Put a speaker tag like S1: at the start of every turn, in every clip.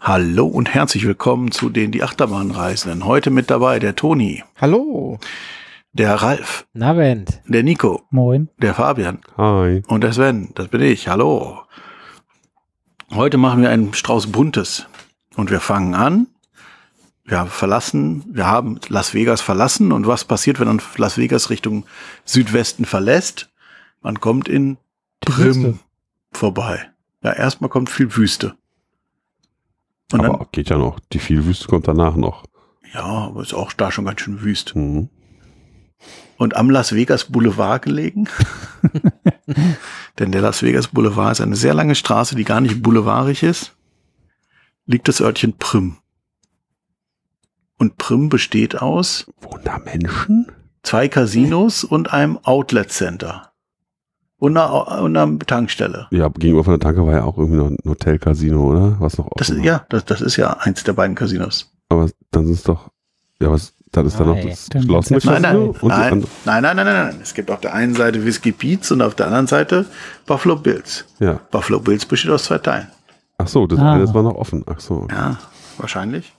S1: Hallo und herzlich willkommen zu den Die Achterbahnreisenden. Heute mit dabei der Toni,
S2: Hallo.
S1: der Ralf,
S3: Navend.
S1: der Nico,
S3: Moin.
S1: der Fabian
S2: Hi.
S1: und der Sven. Das bin ich. Hallo. Heute machen wir einen Strauß Buntes und wir fangen an. Wir haben verlassen, wir haben Las Vegas verlassen und was passiert, wenn man Las Vegas Richtung Südwesten verlässt? Man kommt in Prim vorbei. Ja, erstmal kommt viel Wüste. Und
S2: Aber geht ja noch. Die viel Wüste kommt danach noch.
S1: dann, ja, aber ist auch da schon ganz schön wüst.
S2: Mhm.
S1: und am Las Vegas Boulevard gelegen. Denn der Las Vegas Boulevard ist eine sehr lange Straße, die gar nicht boulevardig ist. Liegt das Örtchen Prim. Und Prim besteht aus
S2: Wohnen da Menschen?
S1: zwei Casinos und einem Outlet Center. Und einer, Au- und einer Tankstelle.
S2: Ja, gegenüber von der Tanke war ja auch irgendwie noch ein Hotel-Casino, oder? Was noch
S1: Das,
S2: offen
S1: ist-
S2: war.
S1: ja, das, das ist ja eins der beiden Casinos.
S2: Aber dann ist doch. Ja, was? Dann ist da noch
S3: Nein.
S2: das
S4: Dann
S2: geschlossene
S4: gibt's ja
S1: Nein, nein,
S2: Casino und das
S1: nein,
S2: andere.
S1: nein, nein, nein, nein. Es gibt auf der einen Seite Whiskey Pete's und auf der anderen Seite Buffalo Bills.
S2: Ja.
S1: Buffalo Bills besteht aus zwei Teilen.
S2: Ach so, das
S4: Ah.
S2: eine ist war noch offen. Ach so.
S1: Ja, wahrscheinlich.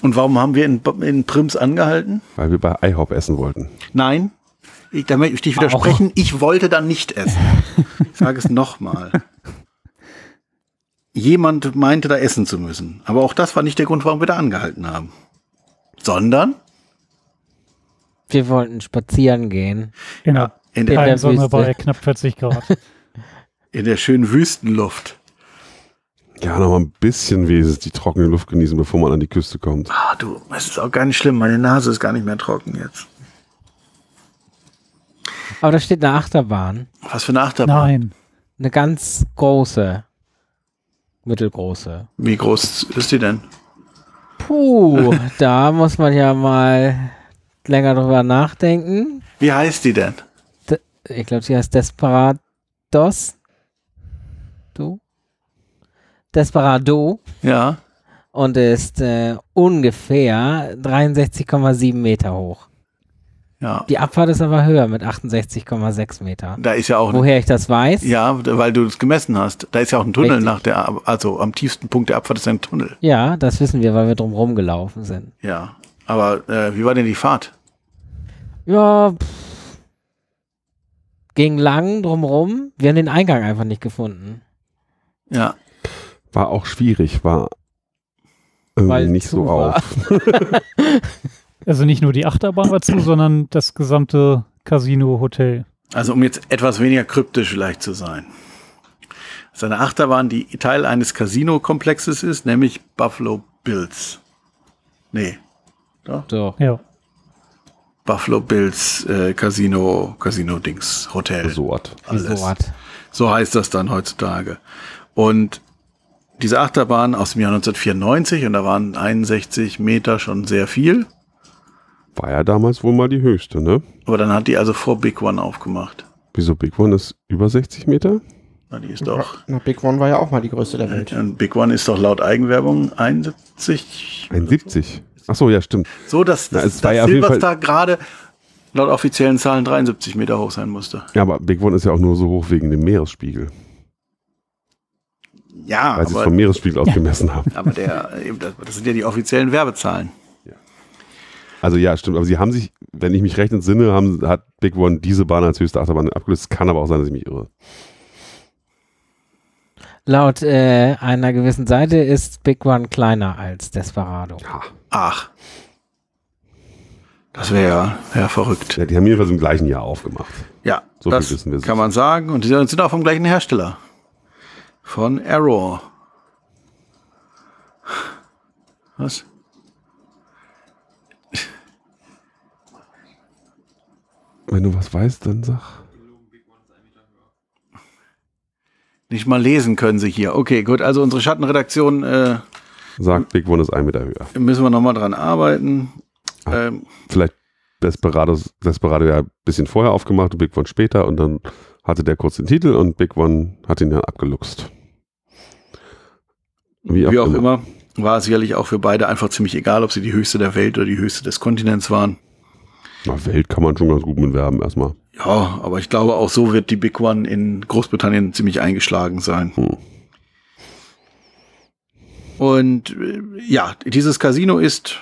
S1: Und warum haben wir in, Bo- in Prims angehalten?
S2: Weil wir bei IHOP essen wollten.
S1: Nein, ich, da möchte ich dich widersprechen. Ich wollte dann nicht essen. Ich sage es nochmal. Jemand meinte, da essen zu müssen. Aber auch das war nicht der Grund, warum wir da angehalten haben. Sondern
S3: Wir wollten spazieren gehen.
S4: Genau.
S1: in
S4: In
S1: der,
S4: der Sonne
S3: Wüste.
S4: bei knapp 40 Grad.
S3: Genau.
S1: in der schönen Wüstenluft.
S2: Ja, noch mal ein bisschen wenigstens die trockene Luft genießen, bevor man an die Küste kommt.
S1: Ah, du, es ist auch gar nicht schlimm. Meine Nase ist gar nicht mehr trocken jetzt.
S3: Aber da steht eine Achterbahn.
S1: Was für eine Achterbahn.
S4: Nein.
S3: Eine ganz große. Mittelgroße.
S1: Wie groß ist die denn?
S3: Puh, da muss man ja mal länger drüber nachdenken.
S1: Wie heißt die denn?
S3: D- Ich glaube, sie heißt Desperados. Du? Desperado.
S1: Ja.
S3: Und ist äh, ungefähr 63,7 Meter hoch.
S1: Ja.
S3: Die Abfahrt ist aber höher mit 68,6 Meter.
S1: Da ist ja auch
S3: Woher ich das weiß?
S1: Ja, weil du es gemessen hast. Da ist ja auch ein Tunnel
S3: Richtig.
S1: nach der, Ab- also am tiefsten Punkt der Abfahrt ist ein Tunnel.
S3: Ja, das wissen wir, weil wir drum rumgelaufen sind.
S1: Ja. Aber äh, wie war denn die Fahrt?
S3: Ja, pff. ging lang drum rum. Wir haben den Eingang einfach nicht gefunden.
S1: Ja.
S2: War auch schwierig, war irgendwie
S3: Weil
S2: nicht so
S3: zu war.
S2: auf.
S4: Also nicht nur die Achterbahn war zu, sondern das gesamte Casino-Hotel.
S1: Also um jetzt etwas weniger kryptisch vielleicht zu sein. Es ist eine Achterbahn, die Teil eines Casino-Komplexes ist, nämlich Buffalo Bills. Nee,
S3: So.
S4: Ja.
S1: Buffalo Bills äh, Casino, Casino-Dings, Hotel.
S2: Resort.
S3: Wieso
S1: alles.
S3: was?
S1: So heißt das dann heutzutage. Und diese Achterbahn aus dem Jahr 1994, und da waren 61 Meter schon sehr viel.
S2: War ja damals wohl mal die höchste, ne?
S1: Aber dann hat die also vor Big One aufgemacht.
S2: Wieso Big One ist über 60 Meter?
S1: Na, die ist doch.
S5: Na, Big One war ja auch mal die größte der Welt.
S1: Und Big One ist doch laut Eigenwerbung 71.
S2: 71. Ach so, ja, stimmt.
S1: So, dass,
S2: Na,
S1: dass,
S2: es war
S1: dass
S2: ja auf jeden
S1: Silverstar gerade laut offiziellen Zahlen 73 Meter hoch sein musste.
S2: Ja, aber Big One ist ja auch nur so hoch wegen dem Meeresspiegel,
S1: Ja,
S2: weil sie es
S1: aber,
S2: also vom Meeresspiegel aus gemessen haben.
S1: aber der, eben, das das sind ja die offiziellen Werbezahlen.
S2: Also ja, stimmt. Aber sie haben sich, wenn ich mich recht entsinne, haben, hat Big One diese Bahn als höchste Achterbahn abgelöst. Kann aber auch sein, dass ich mich irre.
S3: Laut äh, einer gewissen Seite ist Big One kleiner als Desperado.
S1: Ach. Das wäre ja, ja verrückt.
S2: Ja, die haben jedenfalls im gleichen Jahr aufgemacht.
S1: Ja,
S2: So viel
S1: das
S2: wissen wir.
S1: kann man sagen. Und die sind auch vom gleichen Hersteller. Von Arrow. Was?
S2: Wenn du was weißt, dann sag.
S1: Nicht mal lesen können sie hier. Okay, gut. Also unsere Schattenredaktion äh,
S2: Sagt, Big One ist ein Meter höher.
S1: müssen wir nochmal dran arbeiten. Ähm,
S2: Vielleicht Desperados, Desperado ja ein bisschen vorher aufgemacht und Big One später und dann hatte der kurz den Titel und Big One hat ihn ja abgeluchst.
S1: wie, auch
S2: genau.
S1: immer. War sicherlich auch für beide einfach ziemlich egal, ob sie die höchste der Welt oder die höchste des Kontinents waren.
S2: Na, Welt kann man schon ganz gut mitwerben erstmal.
S1: Ja, aber ich glaube, auch so wird die Big One in Großbritannien ziemlich eingeschlagen sein.
S2: Hm.
S1: Und äh, ja, dieses Casino ist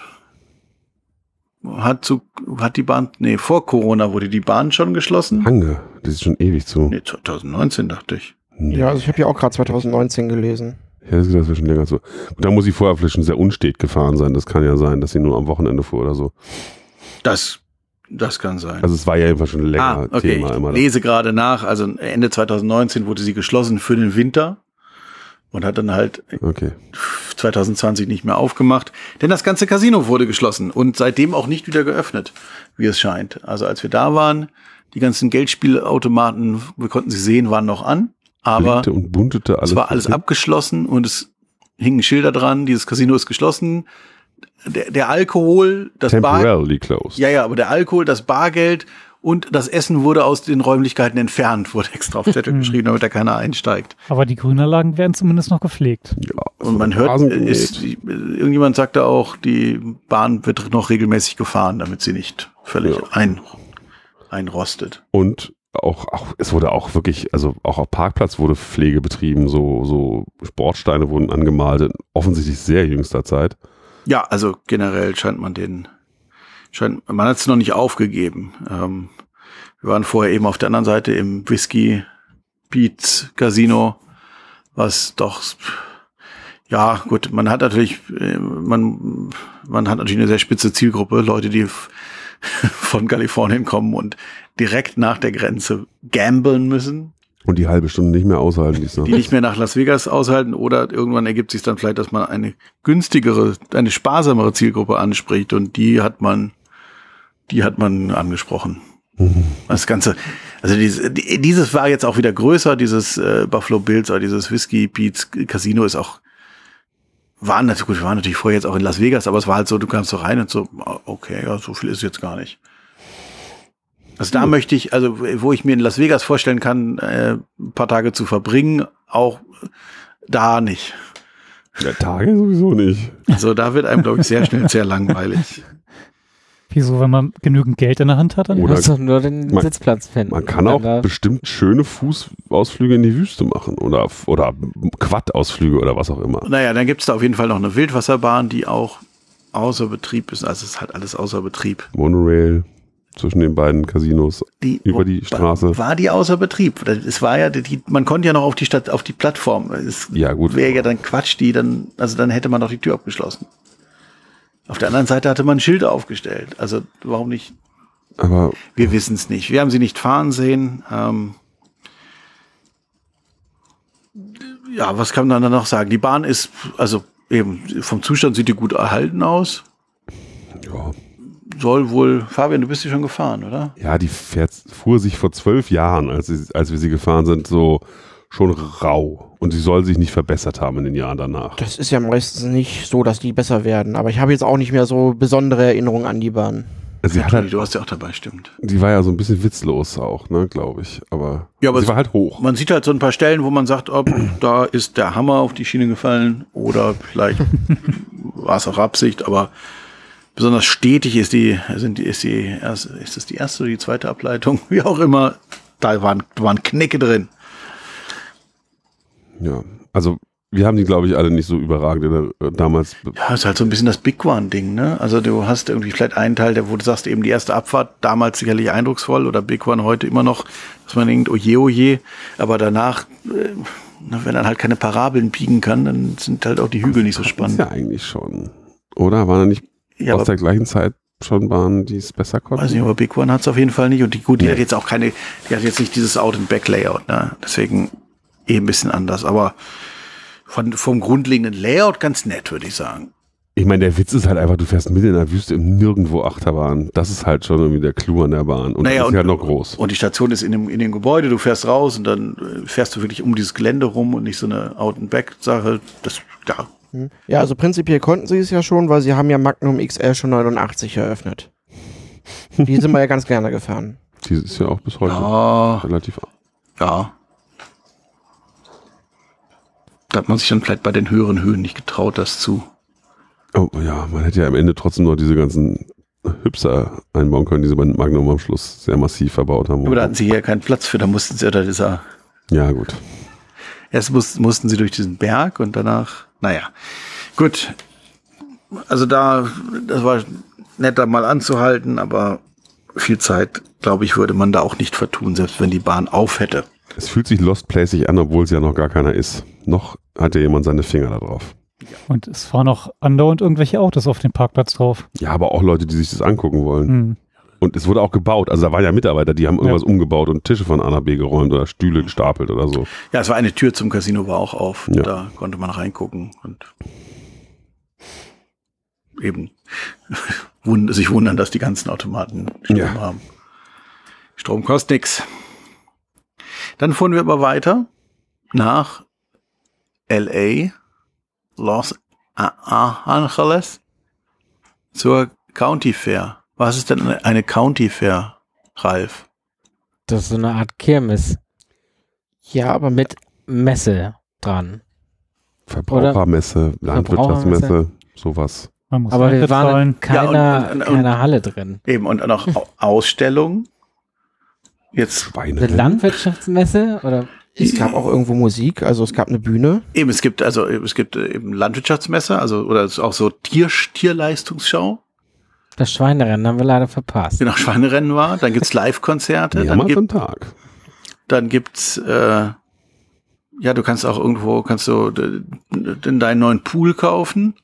S1: hat zu hat die Bahn nee vor Corona wurde die Bahn schon geschlossen.
S2: Hange, das ist schon ewig zu.
S1: Nee, 2019 dachte ich.
S2: Nee.
S5: Ja, also ich habe ja auch gerade 2019 gelesen.
S2: Ich hätte gesagt, das wäre schon länger zu. Gut, da muss sie vorher vielleicht schon sehr unstet gefahren sein. Das kann ja sein, dass sie nur am Wochenende fuhr oder so.
S1: Das das kann sein.
S2: Also es war ja jedenfalls schon länger
S1: ah, okay.
S2: Thema immer.
S1: ich lese gerade nach, also Ende 2019 wurde sie geschlossen für den Winter und hat dann halt
S2: Okay.
S1: 2020 nicht mehr aufgemacht, denn das ganze Casino wurde geschlossen und seitdem auch nicht wieder geöffnet, wie es scheint. Also als wir da waren, die ganzen Geldspielautomaten, wir konnten sie sehen, waren noch an, aber
S2: Blinkte und buntete alles.
S1: es war alles abgeschlossen und es hingen Schilder dran, dieses Casino ist geschlossen. Der, der Alkohol, das Bar,
S2: Temporarily closed.
S1: ja, ja, aber der Alkohol, das Bargeld und das Essen wurde aus den Räumlichkeiten entfernt, wurde extra auf Zettel geschrieben, damit da keiner einsteigt.
S4: Aber die Grünanlagen werden zumindest noch gepflegt.
S2: Also
S1: Und man hört, äh, ist, irgendjemand sagte auch, die Bahn wird noch regelmäßig gefahren, damit sie nicht völlig
S2: Ja.
S1: ein, einrostet.
S2: Und auch, auch, es wurde auch wirklich, also auch auf Parkplatz wurde Pflege betrieben, so, so Sportsteine wurden angemalt, in offensichtlich sehr jüngster Zeit.
S1: Ja, also generell scheint man den, scheint, man hat es noch nicht aufgegeben. Ähm, wir waren vorher eben auf der anderen Seite im Whiskey Beats Casino, was doch, ja, gut, man hat natürlich, äh, man, man hat natürlich eine sehr spitze Zielgruppe, Leute, die f- von Kalifornien kommen und direkt nach der Grenze gamblen müssen,
S2: Und die halbe Stunde nicht mehr aushalten, die es noch
S1: die nicht mehr nach Las Vegas aushalten oder irgendwann ergibt sich dann vielleicht, dass man eine günstigere, eine sparsamere Zielgruppe anspricht und die hat man, die hat man angesprochen. Das Ganze, also dieses, die- dieses war jetzt auch wieder größer, dieses äh, Buffalo Bills oder dieses Whiskey Beats Casino ist auch, waren natürlich, gut, wir waren natürlich vorher jetzt auch in Las Vegas, aber es war halt so, du kamst so rein und so, ah, okay, ja, so viel ist jetzt gar nicht. Also
S2: Hm.
S1: da möchte ich, also wo ich mir in Las Vegas vorstellen kann, äh, ein paar Tage zu verbringen, auch da nicht.
S2: Ja, Tage sowieso nicht.
S1: Also da wird einem, glaube ich, sehr schnell sehr langweilig.
S4: Wieso, wenn man genügend Geld in der Hand hat, dann
S2: Oder-
S4: ja.
S3: Muss doch nur den
S2: Man-
S3: Sitzplatz finden.
S2: Man kann
S3: Wenn
S2: auch
S3: da-
S2: bestimmt schöne Fußausflüge in die Wüste machen oder, oder Quad-Ausflüge oder was auch immer.
S1: Naja, dann gibt's da auf jeden Fall noch eine Wildwasserbahn, die auch außer Betrieb ist. Also es ist halt alles außer Betrieb.
S2: Monorail zwischen den beiden Casinos.
S1: Die,
S2: Über die
S1: wo-
S2: Straße.
S1: War die außer Betrieb? Das- Es war ja, die, man konnte ja noch auf die Stadt, auf die Plattform. Es
S2: Ja, gut.
S1: wäre ja dann Quatsch, die dann, also dann hätte man doch die Tür abgeschlossen. Auf der anderen Seite hatte man Schilder aufgestellt. Also warum nicht?
S2: Aber
S1: Wir wissen es nicht. Wir haben sie nicht fahren sehen. Ähm ja, was kann man dann noch sagen? Die Bahn ist, also eben vom Zustand sieht die gut erhalten aus.
S2: ja,
S1: Soll wohl, Fabian, du bist sie schon gefahren, oder?
S2: ja die fährt, fuhr sich vor zwölf Jahren, als, sie, als wir sie gefahren sind, so schon rau. Und sie soll sich nicht verbessert haben in den Jahren danach.
S5: Das ist ja meistens nicht so, dass die besser werden. Aber ich habe jetzt auch nicht mehr so besondere Erinnerungen an die Bahn.
S2: Also sie hat halt,
S1: du warst ja auch dabei, stimmt.
S2: die war ja so ein bisschen witzlos auch, ne, glaube ich. Aber,
S1: Ja, aber
S2: sie
S1: es-
S2: war halt hoch.
S1: Man sieht halt so ein paar Stellen, wo man sagt, ob da ist der Hammer auf die Schiene gefallen oder vielleicht war es auch Absicht, aber besonders stetig ist die, sind die, ist die erste, ist das die erste oder die zweite Ableitung, wie auch immer. Da waren, waren Knicke drin.
S2: Ja, also wir haben die, glaube ich, alle nicht so überragend in der, äh, damals.
S1: Ja, ist halt so ein bisschen das Big One-Ding, ne? Also du hast irgendwie vielleicht einen Teil, der, wo du sagst, eben die erste Abfahrt, damals sicherlich eindrucksvoll oder Big One heute immer noch, dass man denkt, oh oje, oje, aber danach, äh, na, wenn er halt keine Parabeln biegen kann, dann sind halt auch die Hügel nicht so
S2: Ist
S1: spannend.
S2: ja eigentlich schon. Oder waren da nicht
S1: Ja, aber
S2: aus
S1: Also
S2: der gleichen Zeit schon Bahnen, die es besser konnten?
S1: weiß nicht, aber Big One hat's auf jeden Fall nicht. Und die, gut, die
S2: Nee.
S1: hat jetzt auch keine, die hat jetzt nicht dieses Out-and-Back-Layout, ne? Deswegen eh ein bisschen anders. Aber von, vom grundlegenden Layout ganz nett, würde ich sagen.
S2: Ich meine, der Witz ist halt einfach, du fährst mitten in der Wüste im Nirgendwo Achterbahn. Das ist halt schon irgendwie der Clou an der Bahn. Und das ist ja noch groß.
S1: Und die Station ist in dem, in dem Gebäude, du fährst raus und dann äh, fährst du wirklich um dieses Gelände rum und nicht so eine Out-and-Back-Sache. Das, da,
S5: Hm? Ja, also prinzipiell konnten sie es ja schon, weil sie haben ja Magnum XL schon 89 eröffnet. Die sind wir ja ganz gerne gefahren.
S2: Die ist ja auch bis heute
S1: ja,
S2: relativ.
S1: Ah, ja. Da hat man sich dann vielleicht bei den höheren Höhen nicht getraut, das zu.
S2: Oh ja, man hätte ja am Ende trotzdem noch diese ganzen Hübser einbauen können, die sie bei Magnum am Schluss sehr massiv verbaut haben.
S1: Aber da hatten sie hier keinen Platz für, da mussten sie oder dieser
S2: ja, gut.
S1: Erst muss, mussten sie durch diesen Berg und danach, naja. Gut. Also da, das war nett, da mal anzuhalten, aber viel Zeit, glaube ich, würde man da auch nicht vertun, selbst wenn die Bahn auf hätte.
S2: Es fühlt sich Lost Placeig an, obwohl es ja noch gar keiner ist. Noch hat ja jemand seine Finger da drauf.
S4: Und es fahren auch andauernd irgendwelche Autos auf den Parkplatz drauf.
S2: Ja, aber auch Leute, die sich das angucken wollen.
S4: Hm.
S2: Und es wurde auch gebaut. Also da waren ja Mitarbeiter, die haben irgendwas
S4: Ja.
S2: umgebaut und Tische von A nach B geräumt oder Stühle gestapelt oder so.
S1: Ja, es war eine Tür zum Casino, war auch auf.
S2: Ja.
S1: Da konnte man reingucken und eben wund sich wundern, dass die ganzen Automaten Strom
S2: Ja.
S1: haben. Strom kostet nix. Dann fuhren wir aber weiter nach LA, Los A- Angeles, zur County Fair. Was ist denn eine- eine County Fair, Ralf?
S3: Das ist so eine Art Kirmes
S5: Ja, aber mit
S3: mit Messe dran.
S2: Verbrauchermesse, Landwirtschaftsmesse, sowas.
S4: Man muss
S3: Aber wir
S4: Eintritt
S3: waren
S4: zahlen.
S3: in keiner,
S1: Ja, und- und- und-
S3: keiner Halle drin.
S1: Eben, und noch Ausstellungen. Jetzt
S3: Eine
S2: Schweine.
S3: Landwirtschaftsmesse oder
S5: es gab auch irgendwo Musik, also es gab eine Bühne.
S1: Eben, es gibt also es gibt äh, eben Landwirtschaftsmesse, also oder es ist auch so Tier Tierleistungsschau,
S3: das Schweinerennen haben wir leider verpasst.
S1: die nach Schweinerennen war. Dann gibt's Live-Konzerte, dann,
S2: Mehrmals
S1: gibt,
S2: am Tag.
S1: dann gibt's äh, ja, du kannst auch irgendwo kannst du äh, in deinen neuen Pool kaufen.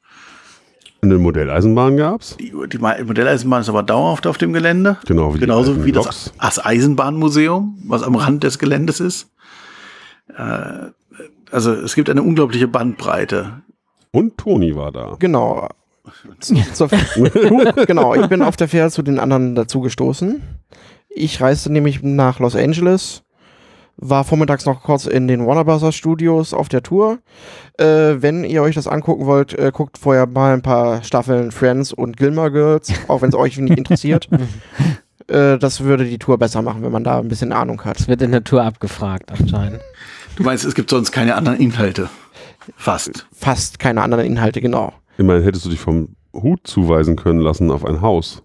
S2: Eine Modelleisenbahn gab's.
S1: Die, die Ma- Modelleisenbahn ist aber dauerhaft auf dem Gelände.
S2: Genau wie die
S1: Genauso
S2: alten
S1: wie das,
S2: Loks.
S1: das Eisenbahnmuseum, was am Rand des Geländes ist. Äh, also es gibt eine unglaubliche Bandbreite.
S2: Und Toni war da.
S5: Genau. Zur, genau, ich bin auf der Fähre zu den anderen dazugestoßen. Ich reiste nämlich nach Los Angeles, war vormittags noch kurz in den Warner Bros. Studios auf der Tour. Äh, wenn ihr euch das angucken wollt, äh, guckt vorher mal ein paar Staffeln Friends und Gilmore Girls, auch wenn es euch nicht interessiert. äh, das würde die Tour besser machen, wenn man da ein bisschen Ahnung hat.
S3: Es wird in der Tour abgefragt anscheinend.
S1: Du meinst, es gibt sonst keine anderen Inhalte. Fast.
S5: Fast keine anderen Inhalte, genau.
S2: Immerhin hättest du dich vom Hut zuweisen können lassen auf ein Haus.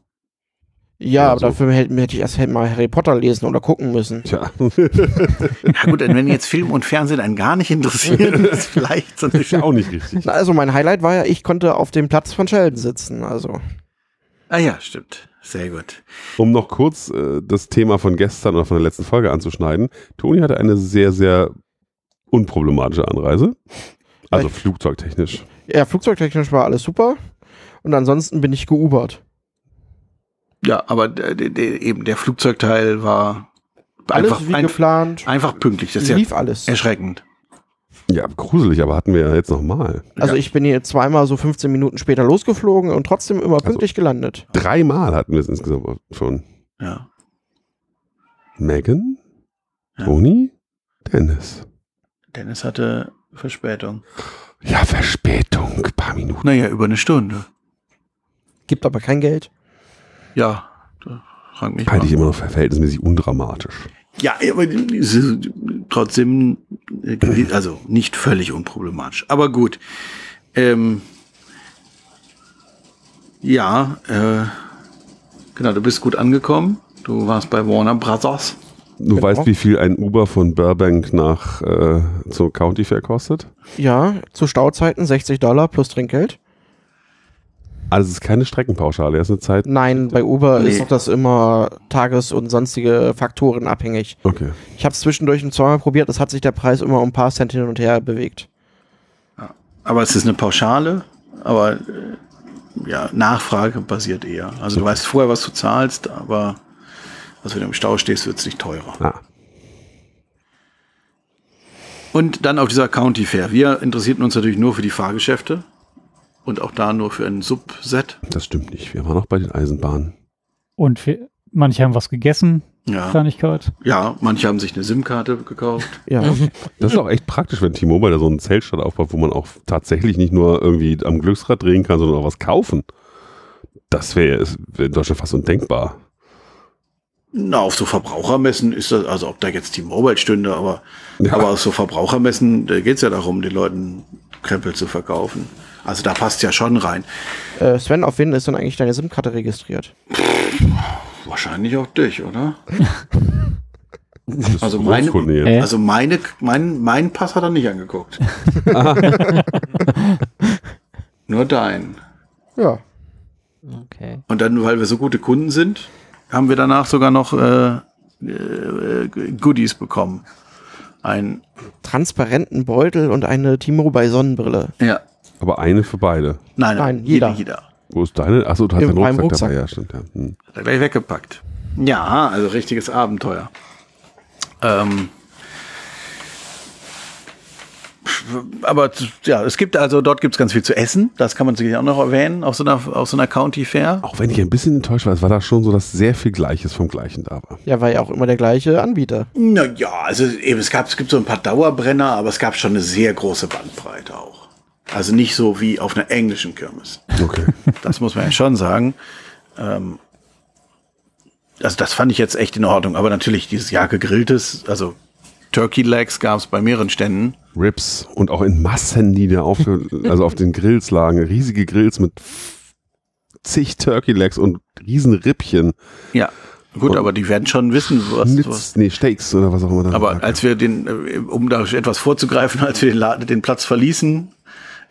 S5: Ja,
S2: Oder so.
S5: aber dafür hätte, hätte ich erst hätte mal Harry Potter lesen oder gucken müssen.
S2: Tja,
S1: Ja gut, denn wenn jetzt Film und Fernsehen einen gar nicht interessieren, ist vielleicht so eine
S2: ist ja auch nicht richtig.
S5: Na, Also mein Highlight war ja, ich konnte auf dem Platz von Sheldon sitzen. Also
S1: Ah ja, stimmt. Sehr gut.
S2: Um noch kurz äh, das Thema von gestern oder von der letzten Folge anzuschneiden. Toni hatte eine sehr, sehr unproblematische Anreise. Also
S5: Echt?
S2: flugzeugtechnisch.
S5: ja, flugzeugtechnisch war alles super. Und ansonsten bin ich geubert.
S1: Ja, aber der, der, der, eben der Flugzeugteil war
S5: Alles
S1: einfach,
S5: wie
S1: ein,
S5: geplant.
S1: einfach pünktlich. Das ist ja
S5: lief alles.
S1: erschreckend.
S2: Ja, gruselig, aber hatten wir ja jetzt nochmal.
S5: Also ich bin hier zweimal so 15 Minuten später losgeflogen und trotzdem immer
S1: Also
S5: pünktlich gelandet.
S2: Dreimal hatten wir es insgesamt schon.
S1: Ja.
S2: Megan,
S1: Ja.
S2: Toni, Dennis.
S1: Dennis hatte Verspätung.
S2: Ja, Verspätung, paar Minuten.
S1: Naja, über eine Stunde.
S5: Gibt aber kein Geld.
S1: Ja, da frag mich
S2: Halte ich
S1: mal.
S2: immer noch für verhältnismäßig undramatisch.
S1: Ja, aber es ist trotzdem, äh, gewi- also nicht völlig unproblematisch. Aber gut. Ähm, ja, äh, genau, du bist gut angekommen. Du warst bei Warner Brothers.
S2: Du
S5: Genau.
S2: weißt, wie viel ein Uber von Burbank nach äh, zur County Fair kostet?
S5: Ja, zu Stauzeiten 60 Dollar plus Trinkgeld.
S2: Also es ist keine Streckenpauschale, das ist eine Zeit.
S5: Nein, bei Uber
S1: Nee.
S5: ist doch das immer tages- und sonstige Faktoren abhängig.
S2: Okay.
S5: Ich habe es zwischendurch ein zweimal probiert, es hat sich der Preis immer um ein paar Cent hin und her bewegt.
S1: Aber es ist eine Pauschale, aber äh, ja, Nachfrage basiert eher. Also du weißt vorher, was du zahlst, aber also wenn du im Stau stehst, wird es nicht teurer.
S2: Ah,
S1: Und dann auf dieser County Fair. Wir interessierten uns natürlich nur für die Fahrgeschäfte und auch da nur für ein Subset.
S2: das stimmt nicht. Wir waren noch bei den Eisenbahnen.
S4: Und wir, manche haben was gegessen,
S1: Ja,
S4: Kleinigkeit.
S1: ja, manche haben sich eine SIM-Karte gekauft.
S5: Ja.
S1: Mhm.
S2: Das ist auch echt praktisch, wenn T-Mobile da so einen Zeltstand aufbaut, wo man auch tatsächlich nicht nur irgendwie am Glücksrad drehen kann, sondern auch was kaufen. Das wäre ist in Deutschland fast undenkbar.
S1: Na, auf so Verbrauchermessen ist das, also ob da jetzt die Mobile stünde, aber,
S2: Ja.
S1: aber auf so Verbrauchermessen, da geht's ja darum, den Leuten Krempel zu verkaufen. Also da passt ja schon rein.
S5: Äh, Sven, auf wen ist denn eigentlich deine SIM-Karte registriert?
S1: Wahrscheinlich auch dich, oder?
S2: Das ist
S1: Also meine-
S2: Großkunde jetzt.
S3: Äh?
S1: Also meine, mein, mein Pass hat er nicht angeguckt. Nur dein.
S5: Ja.
S3: Okay.
S1: Und dann, weil wir so gute Kunden sind, haben wir danach sogar noch äh, äh, Goodies bekommen. Ein,
S5: Transparenten Beutel und eine T-Mobile-Sonnenbrille.
S1: ja,
S2: Aber eine für beide.
S1: nein,
S5: Nein,
S1: jede,
S5: jeder.
S1: jeder.
S2: Wo ist deine? Achso, du hast
S5: Im-
S2: deinen Rucksack,
S5: beim Rucksack.
S2: dabei. Ja, stimmt. Ja. Hm.
S1: Hat er gleich weggepackt. Ja, also richtiges Abenteuer. Ähm, aber t- ja, es gibt also, dort gibt es ganz viel zu essen. Das kann man sicherlich auch noch erwähnen, auf so einer, auf so einer County Fair.
S2: Auch wenn ich ein bisschen enttäuscht war, es war da schon so, dass sehr viel Gleiches vom Gleichen da war.
S5: Ja, war ja auch immer der gleiche Anbieter.
S1: Naja, also eben, es, gab, es gibt so ein paar Dauerbrenner, aber es gab schon eine sehr große Bandbreite auch. Also nicht so wie auf einer englischen Kirmes.
S2: Okay.
S1: Das muss man ja schon sagen. Ähm, also das fand ich jetzt echt in Ordnung. Aber natürlich dieses Jahr gegrilltes, also Turkey Legs gab es bei mehreren Ständen.
S2: Rips und auch in Massen, die da auf, also auf den Grills lagen. Riesige Grills mit zig Turkey Legs und riesen Rippchen.
S1: Ja, gut, aber die werden schon wissen, was. was
S2: Nitz, nee, Steaks oder was auch immer. Da
S1: aber als wir den, äh, um da etwas vorzugreifen, als wir den, Laden, den Platz verließen,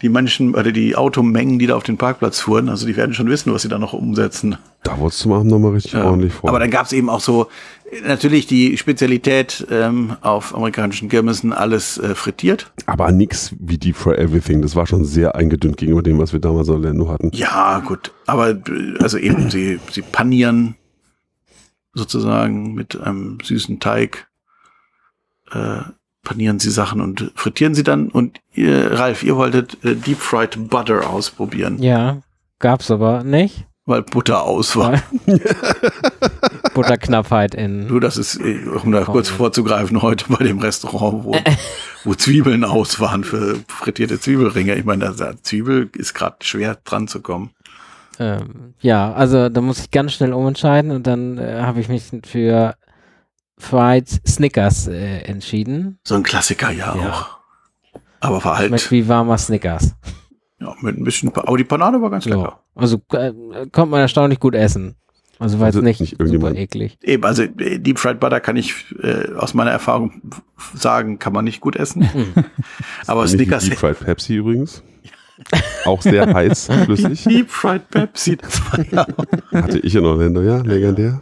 S1: die Menschen oder die Automengen, die da auf den Parkplatz fuhren, also die werden schon wissen, was sie da noch umsetzen. Ähm,
S2: da wurde es zum Abend nochmal richtig ordentlich vor.
S1: Aber dann gab es eben auch so äh, natürlich die Spezialität ähm, auf amerikanischen Kirmessen, alles äh, frittiert.
S2: Aber nix wie Deep Fry Everything. Das war schon sehr eingedünnt gegenüber dem, was wir damals an Lendo hatten.
S1: Ja, gut. Aber äh, also eben, sie, sie panieren sozusagen mit einem süßen Teig. Äh, panieren sie Sachen und frittieren sie dann. Und ihr, Ralf, ihr wolltet äh, Deep Fried Butter ausprobieren,
S3: Ja, gab's aber nicht.
S1: weil Butter aus war.
S3: Butterknappheit in.
S1: Du, das ist, äh, um da kurz
S3: Wahnsinn.
S1: vorzugreifen, heute bei dem Restaurant, wo, wo Zwiebeln aus waren für frittierte Zwiebelringe. Ich meine, da- da Zwiebel ist gerade schwer dran zu kommen.
S3: Ähm, ja, also da muss ich ganz schnell umentscheiden und dann äh, habe ich mich für Fried Snickers äh, entschieden.
S1: So ein Klassiker ja,
S3: Ja.
S1: auch. Aber war halt.
S3: Schmeckt wie warmer Snickers.
S1: Ja, mit ein bisschen. Pa- Aber die Panade war ganz
S3: So.
S1: lecker.
S3: Also äh, konnte man erstaunlich gut essen. Also war
S2: Also
S3: jetzt nicht,
S2: nicht
S3: super
S2: irgendjemand-
S3: eklig.
S1: Eben, also äh, Deep Fried Butter kann ich äh, aus meiner Erfahrung f- sagen, kann man nicht gut essen. Aber
S2: Mhm. Nicht wie
S1: Snickers
S2: Deep Fried Pepsi übrigens. Auch sehr heiß, flüssig.
S1: Deep Fried Pepsi, das war ja.
S2: Hatte ich in Orlando, ja, legendär.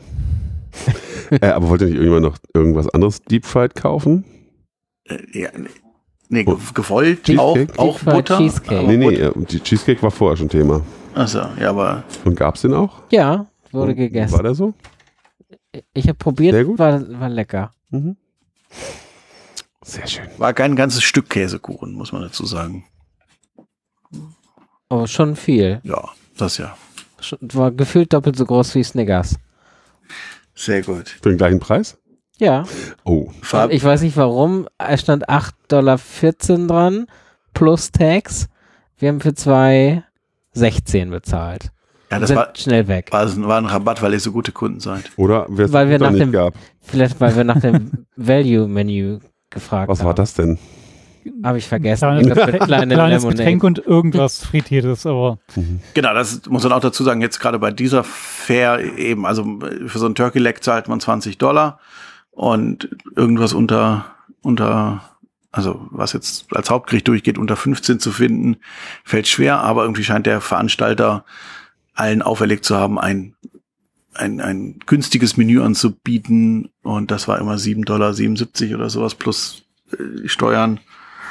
S2: äh, aber wollte nicht irgendjemand noch irgendwas anderes Deep Fried kaufen?
S1: Äh, ja nee, nee, ge- gewollt auch,
S2: Cheesecake?
S1: auch
S3: Deep Fried
S1: Butter.
S3: Cheesecake.
S1: aber
S2: nee, nee,
S1: Butter-
S2: äh, die Cheesecake war vorher schon Thema.
S1: Also, ja, aber
S2: Und gab's den auch?
S3: Ja, wurde
S2: Und War
S3: gegessen.
S2: der so?
S3: Ich habe probiert,
S2: Sehr gut.
S3: war, war lecker.
S2: Mhm. Sehr schön.
S1: war kein ganzes Stück Käsekuchen, muss man dazu sagen.
S3: Aber Oh, schon viel.
S1: Ja, das ja.
S3: Schon, war gefühlt doppelt so groß wie Snickers.
S1: Sehr gut.
S2: Für den gleichen Preis?
S3: Ja.
S2: Oh,
S1: Farb,
S3: Und ich weiß nicht warum, es stand 8,14 Dollar dran, plus Tax. Wir haben für 2,16 bezahlt.
S1: ja, das
S3: Sind
S1: war,
S3: schnell weg.
S1: war, ein- war ein Rabatt, weil ihr so gute Kunden seid.
S2: oder wer es
S3: Weil wir nach
S2: nicht
S3: dem-
S2: gab.
S3: Vielleicht, weil wir nach dem Value-Menü gefragt
S2: Was
S3: haben.
S2: war das denn?
S3: Habe ich vergessen.
S4: Kleines,
S3: Ich glaub, für kleine
S4: kleines
S3: Lemonade.
S4: Getränk und irgendwas frittiertes, aber
S1: Genau, das muss man auch dazu sagen, jetzt gerade bei dieser Fair eben, also für so ein Turkey Leg zahlt man 20 Dollar und irgendwas unter, unter, also was jetzt als Hauptgericht durchgeht, unter 15 zu finden, fällt schwer, aber irgendwie scheint der Veranstalter allen auferlegt zu haben, ein, ein, ein günstiges Menü anzubieten und das war immer 7,77 Dollar oder sowas plus äh, Steuern.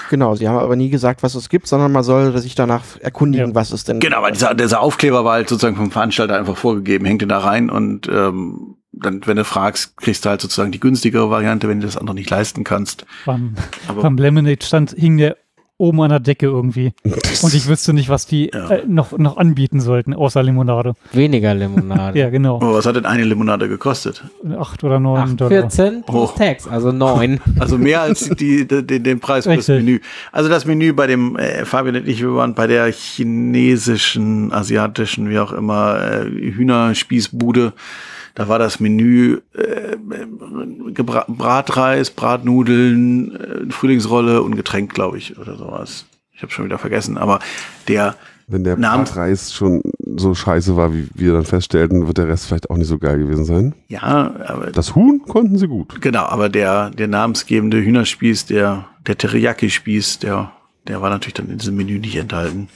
S5: Genau, sie haben aber nie gesagt, was es gibt, sondern man soll sich danach erkundigen,
S4: Ja.
S5: was es denn
S1: Genau, weil dieser, dieser Aufkleber war halt sozusagen vom Veranstalter einfach vorgegeben, hängt den da rein und ähm, dann, wenn du fragst, kriegst du halt sozusagen die günstigere Variante, wenn du das andere nicht leisten kannst.
S4: beim,
S1: Aber
S4: beim Lemonade stand, hing der oben an der Decke irgendwie. Und ich wüsste nicht, was die
S1: Ja.
S4: äh, noch, noch anbieten sollten, außer Limonade.
S3: Weniger
S1: Also
S3: Limonade.
S4: Ja, genau.
S1: aber was hat denn eine Limonade gekostet?
S4: Acht oder neun
S3: Acht,
S4: Dollar.
S3: 14 plus
S1: Oh.
S3: Tax, also 9.
S1: Also mehr als die, die, den- den Preis fürs
S4: Richtig.
S1: Menü. Also das Menü bei dem äh, Fabian und ich, wir waren bei der chinesischen, asiatischen, wie auch immer, äh, Hühnerspießbude. Da war das Menü äh, Gebra Bratreis, Bratnudeln, äh, Frühlingsrolle und Getränk, glaube ich, oder sowas. Ich habe schon wieder vergessen, aber der
S2: Wenn der
S1: Namen-
S2: Preis schon so scheiße war, wie wir dann feststellten, wird der Rest vielleicht auch nicht so geil gewesen sein.
S1: ja, aber,
S2: Das Huhn konnten sie gut.
S1: genau, aber der der namensgebende Hühnerspieß, der der Teriyaki-Spieß, der Der war natürlich dann in diesem Menü nicht enthalten.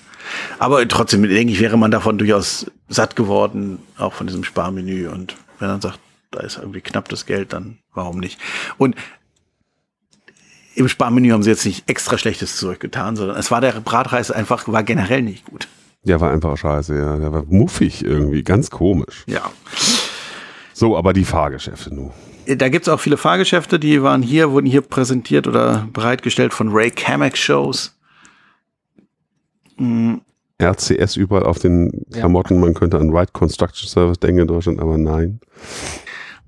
S1: Aber trotzdem, denke ich, wäre man davon durchaus satt geworden, auch von diesem Sparmenü. Und wenn man sagt, da ist irgendwie knapp das Geld, dann warum nicht? Und im Sparmenü haben sie jetzt nicht extra Schlechtes zurückgetan, sondern es war der Bratreis einfach, war generell nicht gut.
S2: Der war einfach scheiße, ja. Der war muffig irgendwie, ganz komisch.
S1: Ja.
S2: So, aber die Fahrgeschäfte nun.
S1: Da gibt's auch viele Fahrgeschäfte, die waren hier, wurden hier präsentiert oder bereitgestellt von Ray Kamek Shows. Mm,
S2: RCS überall auf den
S3: Ja.
S2: Klamotten. Man könnte an Right Construction Service denken in Deutschland, aber nein.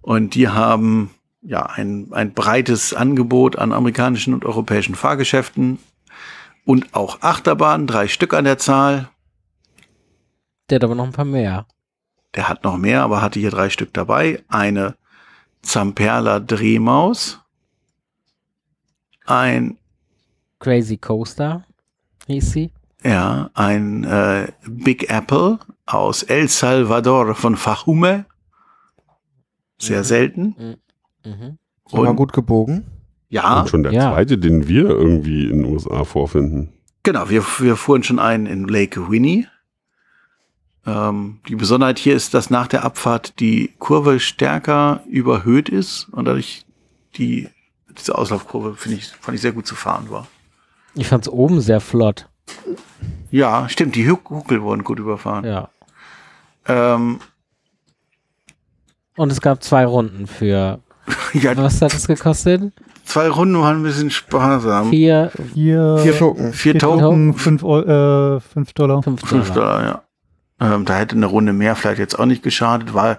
S1: Und die haben ja ein, ein breites Angebot an amerikanischen und europäischen Fahrgeschäften und auch Achterbahnen, drei Stück an der Zahl.
S3: Der hat aber noch ein paar mehr.
S1: Der hat noch mehr, aber hatte hier drei Stück dabei. Eine Zamperla Drehmaus. Ein,
S3: Crazy Coaster hieß sie.
S1: ja, ein äh, Big Apple aus El Salvador von Fajume. Sehr
S3: Mhm.
S1: selten.
S3: Mhm.
S5: Immer
S1: Und-
S5: gut gebogen.
S1: Ja,
S2: Und schon der
S3: Ja.
S2: zweite, den wir irgendwie in den USA vorfinden.
S1: Genau, wir, wir fuhren schon einen in Lake Winnie. Ähm, die Besonderheit hier ist, dass nach der Abfahrt die Kurve stärker überhöht ist und dadurch die, diese Auslaufkurve finde ich, fand ich sehr gut zu fahren war.
S3: Ich fand's oben sehr flott.
S1: Ja, stimmt, die Hü- Huckel wurden gut überfahren.
S3: Ja.
S1: Ähm,
S3: Und es gab zwei Runden für.
S1: ja
S3: Was hat es gekostet?
S1: zwei Runden waren ein bisschen sparsam.
S3: Vier,
S4: Hier
S5: Vier Schurken.
S1: Vier Token,
S4: Token, fünf Eu- äh, fünf Dollar.
S3: fünf
S1: fünf
S3: Dollar.
S1: Dollar, ja. Ähm, da hätte eine Runde mehr vielleicht jetzt auch nicht geschadet, war,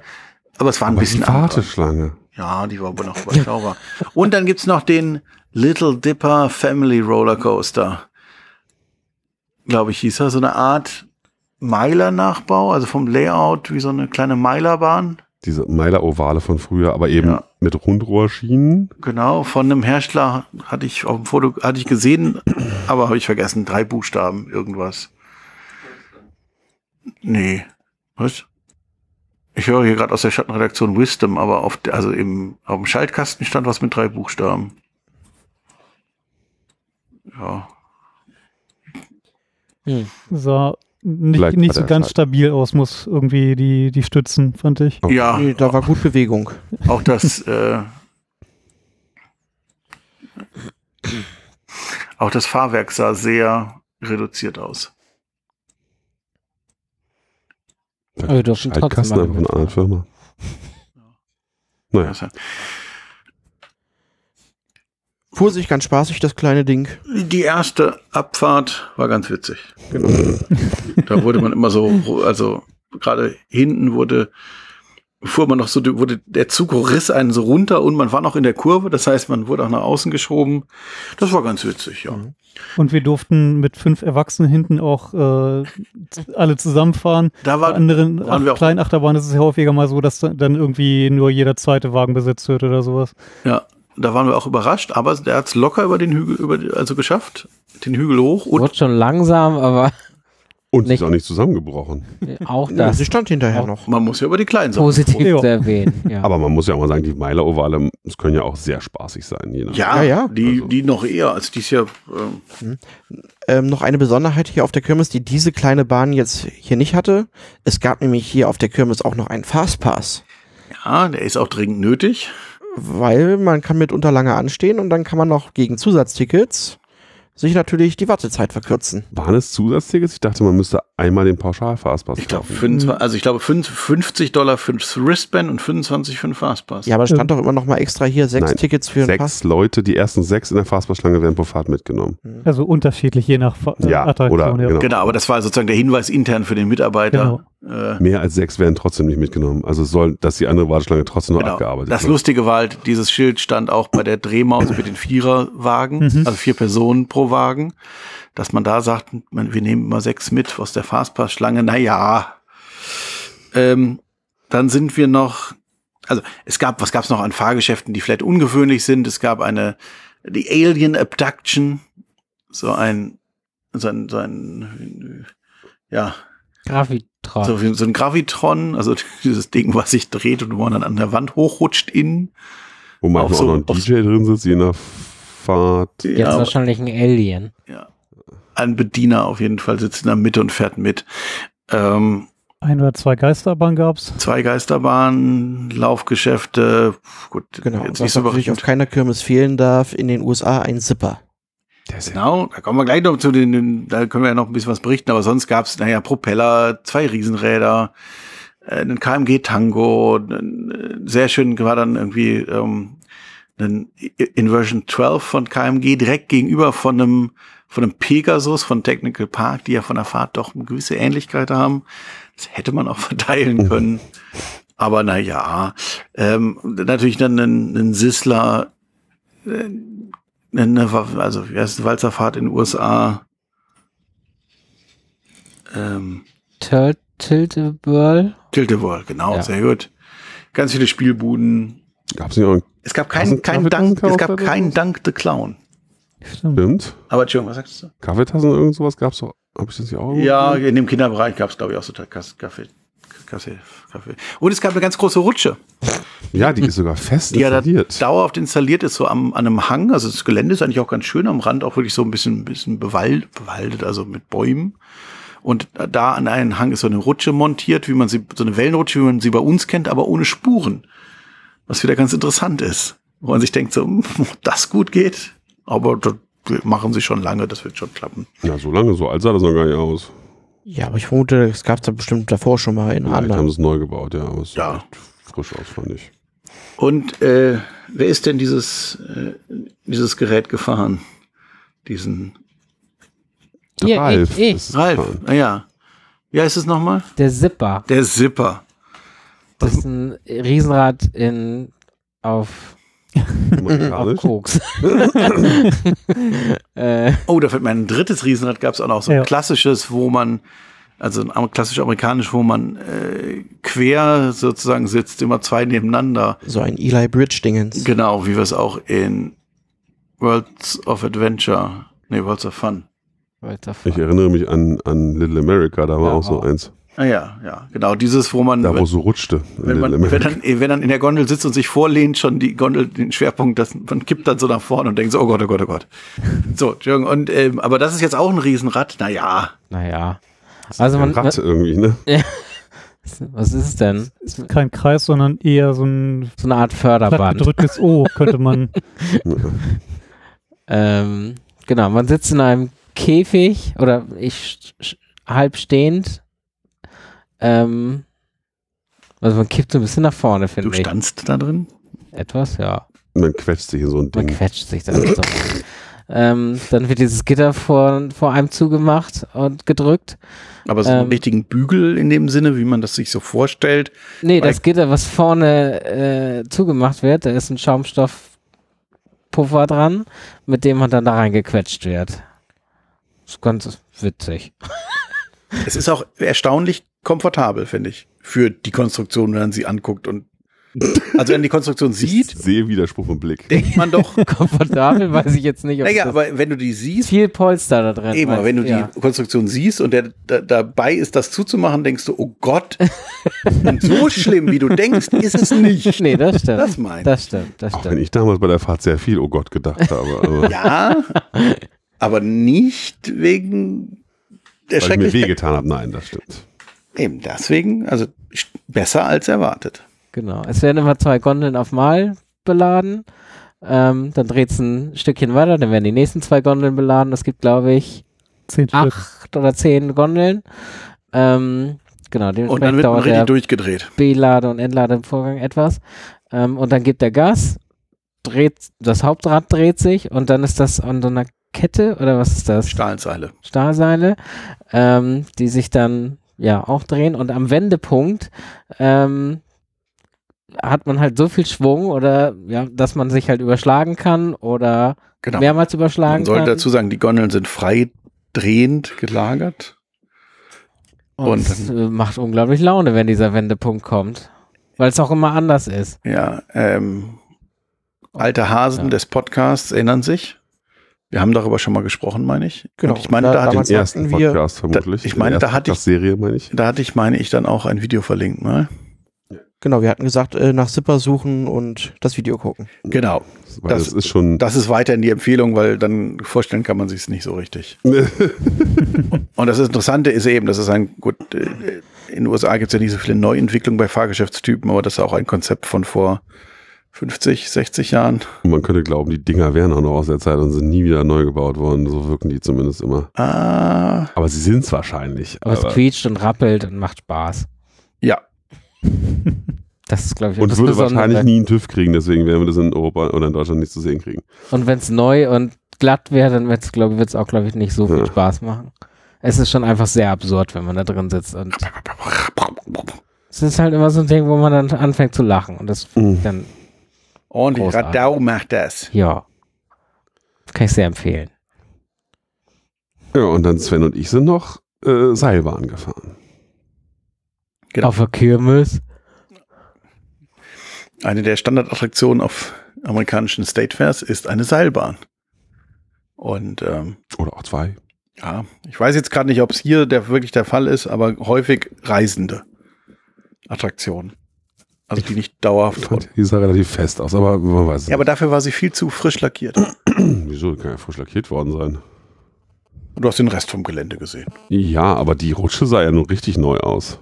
S1: aber es war ein
S2: Aber
S1: bisschen
S2: die Warteschlange.
S1: Ja, die war aber noch überschaubar. Und dann gibt's noch den Little Dipper Family Roller Coaster. Glaube ich, hieß er. So eine Art Meiler-Nachbau, also vom Layout wie so eine kleine Meilerbahn.
S2: Diese Meiler Ovale von früher, aber eben
S1: Ja.
S2: mit Rundrohrschienen.
S1: Genau, von einem Hersteller hatte ich auf dem Foto hatte ich gesehen, aber habe ich vergessen. Drei Buchstaben, irgendwas. Nee. Was? Ich höre hier gerade aus der Schattenredaktion Wisdom, aber auf, der- also im, auf dem Schaltkasten stand was mit drei Buchstaben. Ja.
S3: Hm.
S4: Sah nicht,
S2: Vielleicht
S4: nicht
S2: war
S4: so
S2: der
S4: ganz
S2: Schal-
S4: stabil aus, muss irgendwie die, die Stützen, fand ich.
S2: Okay.
S1: Ja,
S5: Nee, da war gut Bewegung.
S1: auch das, äh, auch das Fahrwerk sah sehr reduziert aus.
S3: Aber wir durften trotzdem
S2: Schaltkasten
S3: mal
S2: einfach von einer anderen
S3: mitmachen.
S2: Firma. Naja,
S1: Also,
S5: Fuhr sich ganz spaßig, das kleine Ding.
S1: Die erste Abfahrt war ganz witzig. Genau. Da wurde man immer so, also gerade hinten wurde, fuhr man noch so, wurde der Zug riss einen so runter und man war noch in der Kurve, das heißt, man wurde auch nach außen geschoben. Das war ganz witzig, ja.
S4: Und wir durften mit fünf Erwachsenen hinten auch äh, z- alle zusammenfahren.
S1: Da
S4: Bei
S1: war,
S4: anderen
S1: waren wir
S4: Ach
S1: auch-
S4: kleinen Achterbahnen ist es ja häufiger mal so, dass da- dann irgendwie nur jeder zweite Wagen besetzt wird oder sowas.
S1: ja, da waren wir auch überrascht, aber der hat es locker über den Hügel, über, also geschafft, den Hügel hoch und
S3: Wurde schon langsam, aber
S2: Und sie
S3: Nicht-
S2: ist auch nicht zusammengebrochen.
S3: auch
S5: Ja,
S3: das
S5: sie stand hinterher
S3: Auch-
S5: noch.
S1: man muss ja über die kleinen Sachen.
S3: positiv
S4: Ja.
S3: zu erwähnen. Ja.
S2: Aber man muss ja auch mal sagen, die Meiler Ovale, das können ja auch sehr spaßig sein. Je nach
S1: Ja,
S5: Ja, ja.
S1: Die,
S2: Also-
S1: die noch eher als dies Jahr. Ähm,
S5: Ähm, noch eine Besonderheit hier auf der Kirmes, die diese kleine Bahn jetzt hier nicht hatte. Es gab nämlich hier auf der Kirmes auch noch einen Fastpass.
S1: ja, der ist auch dringend nötig.
S5: Weil man kann mitunter lange anstehen und dann kann man noch gegen Zusatztickets sich natürlich die Wartezeit verkürzen.
S2: Waren es Zusatztickets? Ich dachte, man müsste einmal den Pauschalfahrpass
S1: Ich glaube,
S2: kaufen.
S1: 25, also ich glaube fünf- 50 Dollar für das Wristband und 25 für den Fastpass.
S5: Ja, aber stand
S4: Ja.
S5: doch immer noch mal extra hier sechs
S2: Nein,
S5: Tickets für den Pass.
S2: Sechs Leute, die ersten sechs in der Fastpassschlange werden pro Fahrt mitgenommen.
S4: Also unterschiedlich je nach Fa äh,
S2: Ja,
S4: Attraktion.
S2: oder,
S4: ja.
S2: genau.
S1: Genau, aber das war sozusagen der Hinweis intern für den Mitarbeiter. Äh,
S2: Mehr als sechs werden trotzdem nicht mitgenommen. Also soll, dass die andere Warteschlange trotzdem noch
S1: genau.
S2: abgearbeitet
S1: Das
S2: wird.
S1: Lustige war halt, dieses Schild stand auch bei der Drehmaus mit den Viererwagen,
S4: Mhm.
S1: also vier Personen pro Wagen, dass man da sagt, man, wir nehmen immer sechs mit aus der Fastpass-Schlange. Naja. Ähm, dann sind wir noch, also es gab, was gab es noch an Fahrgeschäften, die vielleicht ungewöhnlich sind? Es gab eine, die Alien Abduction, so ein, so ein, so ein ja,
S3: Gravitron.
S1: so, wie so ein Gravitron, also dieses Ding, was sich dreht und wo man dann an der Wand hochrutscht innen.
S2: Wo man
S1: Auf
S2: auch
S1: so-
S2: noch ein
S1: auf-
S2: DJ drin sitzt, je nach Fahrt.
S3: Jetzt
S1: Ja,
S3: wahrscheinlich ein Alien.
S1: ja. ein Bediener auf jeden Fall sitzt in der Mitte und fährt mit. Ähm,
S4: Ein oder zwei Geisterbahnen gab's.
S1: zwei Geisterbahnen, Laufgeschäfte, gut,
S5: Genau.
S1: jetzt nicht
S5: was
S1: so
S5: natürlich auf
S1: überraschend.
S5: keiner Kirmes fehlen darf, in den USA ein Zipper.
S2: Der ist ja
S1: Genau, da kommen wir gleich noch zu den- den, da können wir ja noch ein bisschen was berichten, aber sonst gab's naja, Propeller, zwei Riesenräder, äh, einen KMG Tango, einen, äh, sehr schön war dann irgendwie ähm, einen I- Inversion 12 von KMG direkt gegenüber von einem, von einem Pegasus von Technical Park, die ja von der Fahrt doch eine gewisse Ähnlichkeit haben. Das hätte man auch verteilen können. Aber naja, ähm, natürlich dann einen, einen Sissler, äh, eine, Wa- also wie heißt es, Walzerfahrt in den USA. Ähm,
S3: Turtle
S1: Tilteball, genau,
S3: Ja.
S1: sehr gut. Ganz viele Spielbuden.
S2: Gab's nicht auch einen
S1: Es gab
S2: Tassen-
S1: keinen keinen
S2: Kaffeetassen
S1: Dank, es
S2: kaufen
S1: gab
S2: oder
S1: keinen
S2: sowas?
S1: Dank the Clown.
S4: Stimmt.
S2: Stimmt.
S1: Aber Entschuldigung, was sagst du?
S2: Kaffeetassen oder irgend sowas gab's doch. Hab ich das nicht auch? irgendwo
S1: Ja,
S2: gesehen?
S1: in dem Kinderbereich gab es, glaube ich, auch so Kaffee, Kaffee, Kaffee, Kaffee. Und es gab eine ganz große Rutsche,
S2: Ja, die ist sogar fest
S1: die ja da
S2: installiert.
S1: dauerhaft installiert ist, so am, an einem Hang. Also das Gelände ist eigentlich auch ganz schön am Rand, auch wirklich so ein bisschen, bisschen bewald, bewaldet, also mit Bäumen. Und da an einen Hang ist so eine Rutsche montiert, wie man sie, so eine Wellenrutsche, wie man sie bei uns kennt, aber ohne Spuren. Was wieder ganz interessant ist. Wo man sich denkt, so, hm, ob das gut geht, aber das machen sie schon lange, das wird schon klappen.
S2: ja, so lange, so alt sah das noch gar nicht aus.
S5: Ja, aber ich vermute, es gab es da bestimmt davor schon mal in
S2: Vielleicht haben
S5: anderen.
S2: sie es neu gebaut, ja. Aber es sah
S1: Ja.
S2: echt frisch aus, fand ich.
S1: Und äh, wer ist denn dieses, äh, dieses Gerät gefahren? Diesen
S2: Der
S3: Ja, ich- ich.
S2: ist
S1: Ralf,
S2: gefahren.
S1: naja. Wie heißt es nochmal?
S3: Der Zipper.
S1: Der Zipper.
S3: Das ist ein Riesenrad in auf, auf
S2: Amerikanisch.
S3: Koks. äh,
S1: Oh, da fällt mir ein drittes Riesenrad, gab es auch noch so ein
S4: Ja.
S1: klassisches, wo man, also ein am- klassisch amerikanisch, wo man äh, quer sozusagen sitzt, immer zwei nebeneinander.
S5: So ein Eli Bridge-Dingens.
S1: Genau, wie wir es auch in Worlds of Adventure, nee, Worlds of Fun.
S3: What the fuck?
S2: Ich erinnere mich an, an Little America, da war
S3: Ja,
S2: auch so
S3: auch.
S2: eins.
S1: Ah ja, ja, genau, dieses, wo man...
S2: Da, wo es so rutschte. in
S1: Wenn
S2: Little
S1: man, wenn,
S2: America.
S1: dann, wenn dann in der Gondel sitzt und sich vorlehnt, schon die Gondel den Schwerpunkt, dass man kippt dann so nach vorne und denkt so, oh Gott, oh Gott, oh Gott. So, Entschuldigung, und ähm, aber das ist jetzt auch ein Riesenrad. Naja,
S3: Naja. Also man,
S2: Ein Rad irgendwie, ne?
S3: was ist es denn?
S4: Ist kein Kreis, sondern eher so ein
S3: So eine Art
S4: platt
S3: Förderband.
S4: gedrücktes O, könnte man.
S3: Ähm, genau, man sitzt in einem Käfig oder ich sch- sch- halb stehend. Ähm, also man kippt so ein bisschen nach vorne,
S1: du
S3: finde ich.
S1: standst da drin.
S3: Etwas, ja.
S2: Man quetscht sich in so ein
S3: Man
S2: Ding.
S3: quetscht sich dann so. ähm, dann wird dieses Gitter vor, vor einem zugemacht und gedrückt.
S1: Aber so einen
S3: Ähm.
S1: richtigen Bügel in dem Sinne, wie man das sich so vorstellt.
S3: Nee,
S1: Weil-
S3: das Gitter, was vorne äh, zugemacht wird, da ist ein Schaumstoffpuffer dran, mit dem man dann da reingequetscht wird. ist ganz witzig.
S1: Es ist auch erstaunlich komfortabel, finde ich, für die Konstruktion, wenn man sie anguckt und also wenn man die Konstruktion
S2: Ich
S1: sieht,
S2: sehe Widerspruch im Blick.
S1: denkt man doch.
S3: Komfortabel weiß ich jetzt nicht, ob
S1: Naja,
S3: das
S1: aber wenn du die siehst,
S3: viel Polster da drin.
S1: Eben, aber wenn du
S3: ja.
S1: die Konstruktion siehst und der da, dabei ist, das zuzumachen, denkst du, oh Gott, und so schlimm, wie du denkst, ist es nicht.
S3: Nee, das stimmt.
S1: Das meine ich.
S3: Das stimmt, das
S2: Auch wenn
S3: stimmt.
S2: ich damals bei der Fahrt sehr viel, oh Gott, gedacht habe. Aber
S1: Ja, aber nicht wegen der
S2: weil ich mir
S1: Schrecklichkeit.
S2: wehgetan habe. Nein, das stimmt.
S1: Eben deswegen, also sch- besser als erwartet.
S3: Genau. Es werden immer zwei Gondeln auf Mal beladen. Ähm, dann dreht es ein Stückchen weiter, dann werden die nächsten zwei Gondeln beladen. Es gibt, glaube ich,
S4: Zehn Stück.
S3: acht oder zehn Gondeln. Ähm, genau,
S1: Und dann
S3: dementsprechend
S1: wird man
S3: dauert
S1: richtig
S3: der
S1: durchgedreht.
S3: Belade- und Entladevorgang etwas. Ähm, und dann gibt er Gas, dreht, das Hauptrad dreht sich und dann ist das an so einer Kette oder was ist das?
S1: Stahlseile.
S3: Stahlseile, ähm, die sich dann ja auch drehen und am Wendepunkt ähm, hat man halt so viel Schwung oder ja, dass man sich halt überschlagen kann oder
S1: Genau.
S3: mehrmals überschlagen
S1: Man sollte
S3: kann.
S1: dazu sagen, die Gondeln sind frei drehend gelagert.
S3: und es äh, macht unglaublich Laune, wenn dieser Wendepunkt kommt, weil es auch immer anders ist.
S1: Ja, ähm, alte Hasen
S3: Ja.
S1: des Podcasts erinnern sich. Wir haben darüber schon mal gesprochen, meine ich.
S5: Genau.
S1: Und ich meine,
S5: Da-
S1: da, hatte,
S5: damals-
S2: Den ersten
S5: hatten wir-
S2: Podcast vermutlich.
S1: ich meine, da hatte ich-
S2: Das Serie meine ich.
S1: da hatte ich, meine ich, dann auch ein Video verlinkt, ne?
S5: Genau, wir hatten gesagt, äh, nach Zipper suchen und das Video gucken.
S1: Genau.
S2: Weil das,
S1: Das-
S2: ist schon.
S1: Das ist weiterhin die Empfehlung, weil dann vorstellen kann man sich es nicht so richtig. Und das Interessante ist eben, das ist ein, gut, äh, in den USA gibt es ja nicht so viele Neuentwicklungen bei Fahrgeschäftstypen, aber das ist auch ein Konzept von vor 50, 60 Jahren.
S2: man könnte glauben, die Dinger wären auch noch aus der Zeit und sind nie wieder neu gebaut worden. So wirken die zumindest immer.
S1: Ah,
S2: Aber sie sind es wahrscheinlich.
S3: Aber es quietscht und rappelt und macht Spaß.
S1: ja,
S3: Das ist, glaube ich,
S2: und
S3: das
S2: würde
S3: Besondere.
S2: wahrscheinlich nie einen TÜV kriegen, deswegen werden wir das in Europa oder in Deutschland nicht zu sehen kriegen.
S3: Und wenn es neu und glatt wäre, dann wird es, glaube ich, wird's auch, glaube ich, nicht so viel
S2: Ja.
S3: Spaß machen. Es ist schon einfach sehr absurd, wenn man da drin sitzt. Und es ist halt immer so ein Ding, wo man dann anfängt zu lachen. Und das finde ich
S2: Mhm.
S3: dann,
S1: ordentlich
S3: Großartig.
S1: Radau macht das.
S3: ja, kann ich sehr empfehlen.
S2: Ja, und dann Sven und ich sind noch äh, Seilbahn gefahren.
S1: Genau.
S3: Auf der Kirmes.
S1: Eine der Standardattraktionen auf amerikanischen State Fairs ist eine Seilbahn. Und ähm,
S2: Oder auch zwei.
S1: ja, ich weiß jetzt gerade nicht, ob es hier der, wirklich der Fall ist, aber häufig reisende Attraktionen. Also die nicht
S2: Ich
S1: dauerhaft.
S2: fand, die sah relativ fest aus, aber man weiß es
S1: Ja, aber dafür war sie viel zu frisch lackiert.
S2: nicht. Wieso? Die Kann ja frisch lackiert worden sein.
S1: Du hast den Rest vom Gelände gesehen.
S2: Ja, aber die Rutsche sah ja nun richtig neu aus.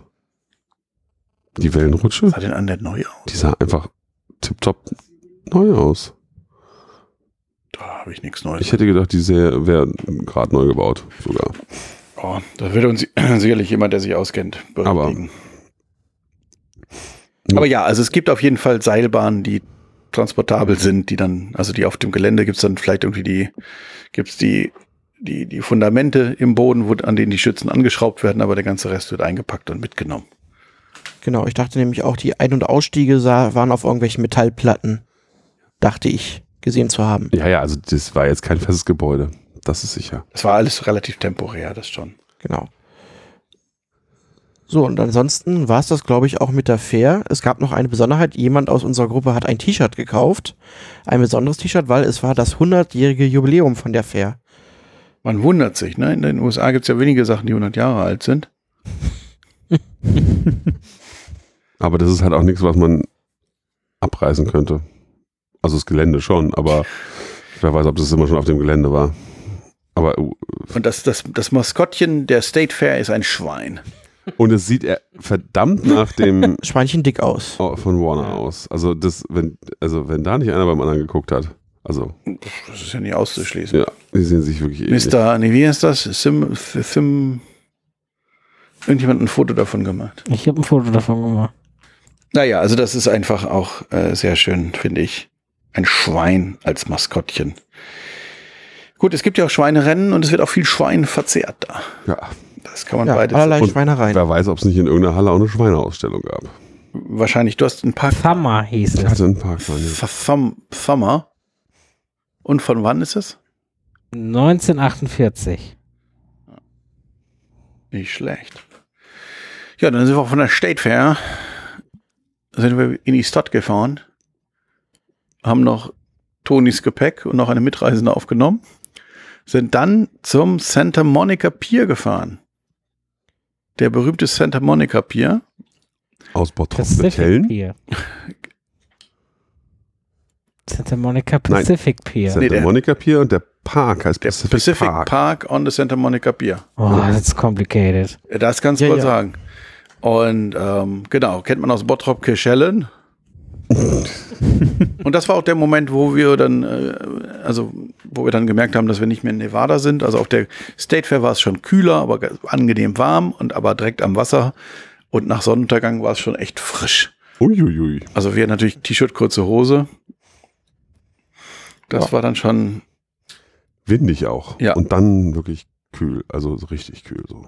S2: Die Wellenrutsche,
S1: Sah denn an der neu aus?
S2: die sah einfach tipptopp neu aus.
S1: Da habe ich nichts Neues.
S2: Ich hätte gedacht, die sehr- wäre gerade neu gebaut sogar.
S1: oh, da wird uns sicherlich jemand, der sich auskennt, berichtigen. Aber,
S2: Ja.
S1: ja, also es gibt auf jeden Fall Seilbahnen, die transportabel sind, die dann, also die auf dem Gelände gibt's dann vielleicht irgendwie die, gibt's die, die, die Fundamente im Boden, wo, an denen die Schützen angeschraubt werden, aber der ganze Rest wird eingepackt und mitgenommen.
S5: Genau, ich dachte nämlich auch, die Ein- und Ausstiege sah, waren auf irgendwelchen Metallplatten, dachte ich, gesehen zu haben.
S2: Ja, ja, also das war jetzt kein festes Gebäude. Das ist sicher.
S1: Das war alles relativ temporär, das schon.
S5: Genau. So, und ansonsten war es das, glaube ich, auch mit der Fair. Es gab noch eine Besonderheit. Jemand aus unserer Gruppe hat ein T-Shirt gekauft. Ein besonderes T-Shirt, weil es war das 100-jährige Jubiläum von der Fair.
S1: Man wundert sich, ne? In den USA gibt's ja wenige Sachen, die 100 Jahre alt sind.
S2: Aber das ist halt auch nichts, was man abreißen könnte. Also das Gelände schon, aber wer weiß, ob das immer schon auf dem Gelände war. Aber uh,
S1: Und das, das, das Maskottchen der State Fair ist ein Schwein.
S2: und es sieht er verdammt nach dem
S5: Schweinchen dick aus.
S2: oh, von Warner aus. Also das, wenn also wenn da nicht einer beim anderen geguckt hat. Also
S1: Das ist ja nicht auszuschließen.
S2: ja, die sehen sich wirklich ähnlich.
S1: Mr. Nee, wie heißt das? Sim, Sim. Irgendjemand hat ein Foto davon gemacht.
S3: Ich habe ein Foto davon gemacht.
S1: Naja, also das ist einfach auch äh, sehr schön, finde ich. Ein Schwein als Maskottchen. Gut, es gibt ja auch Schweinerennen und es wird auch viel Schwein verzehrt da.
S2: Ja,
S1: Das kann man
S5: Ja,
S1: beides.
S5: allerlei
S2: Und-
S5: Schweinereien.
S2: wer weiß, ob es nicht in irgendeiner Halle auch eine Schweineausstellung gab.
S1: Wahrscheinlich, du hast einen Park.
S3: Pfammer hieß
S2: Ich
S3: es.
S2: hatte einen Parkplan. Ja.
S1: Pfam- Pfammer. Und von wann ist es?
S3: 1948.
S1: Nicht schlecht. Ja, dann sind wir von der State Fair, sind wir in die Stadt gefahren, haben noch Tonis Gepäck und noch eine Mitreisende aufgenommen, sind dann zum Santa Monica Pier gefahren. Der berühmte Santa Monica Pier.
S2: Aus Bottrop mit
S3: Pacific
S2: Hellen.
S3: Pier. Santa Monica Pacific Pier.
S2: Santa
S1: Nee, der-
S2: Monica Pier und der Park heißt
S1: Der
S2: Pacific,
S1: Pacific
S2: Park.
S1: Park. on the Santa Monica Pier.
S3: Oh, that's complicated.
S1: Das kannst du
S5: Ja,
S1: mal
S5: ja.
S1: sagen. Und ähm, genau, kennt man aus Bottrop Kirschellen. und das war auch der Moment, wo wir dann, äh, also wo wir dann gemerkt haben, dass wir nicht mehr in Nevada sind. Also auf der State Fair war es schon kühler, aber g- angenehm warm und aber direkt am Wasser. Und nach Sonnenuntergang war es schon echt frisch.
S2: Uiuiui.
S1: Also wir natürlich T-Shirt, kurze Hose. Das war dann schon,
S2: Windig auch.
S1: Ja.
S2: Und dann wirklich kühl. Also so richtig kühl. So.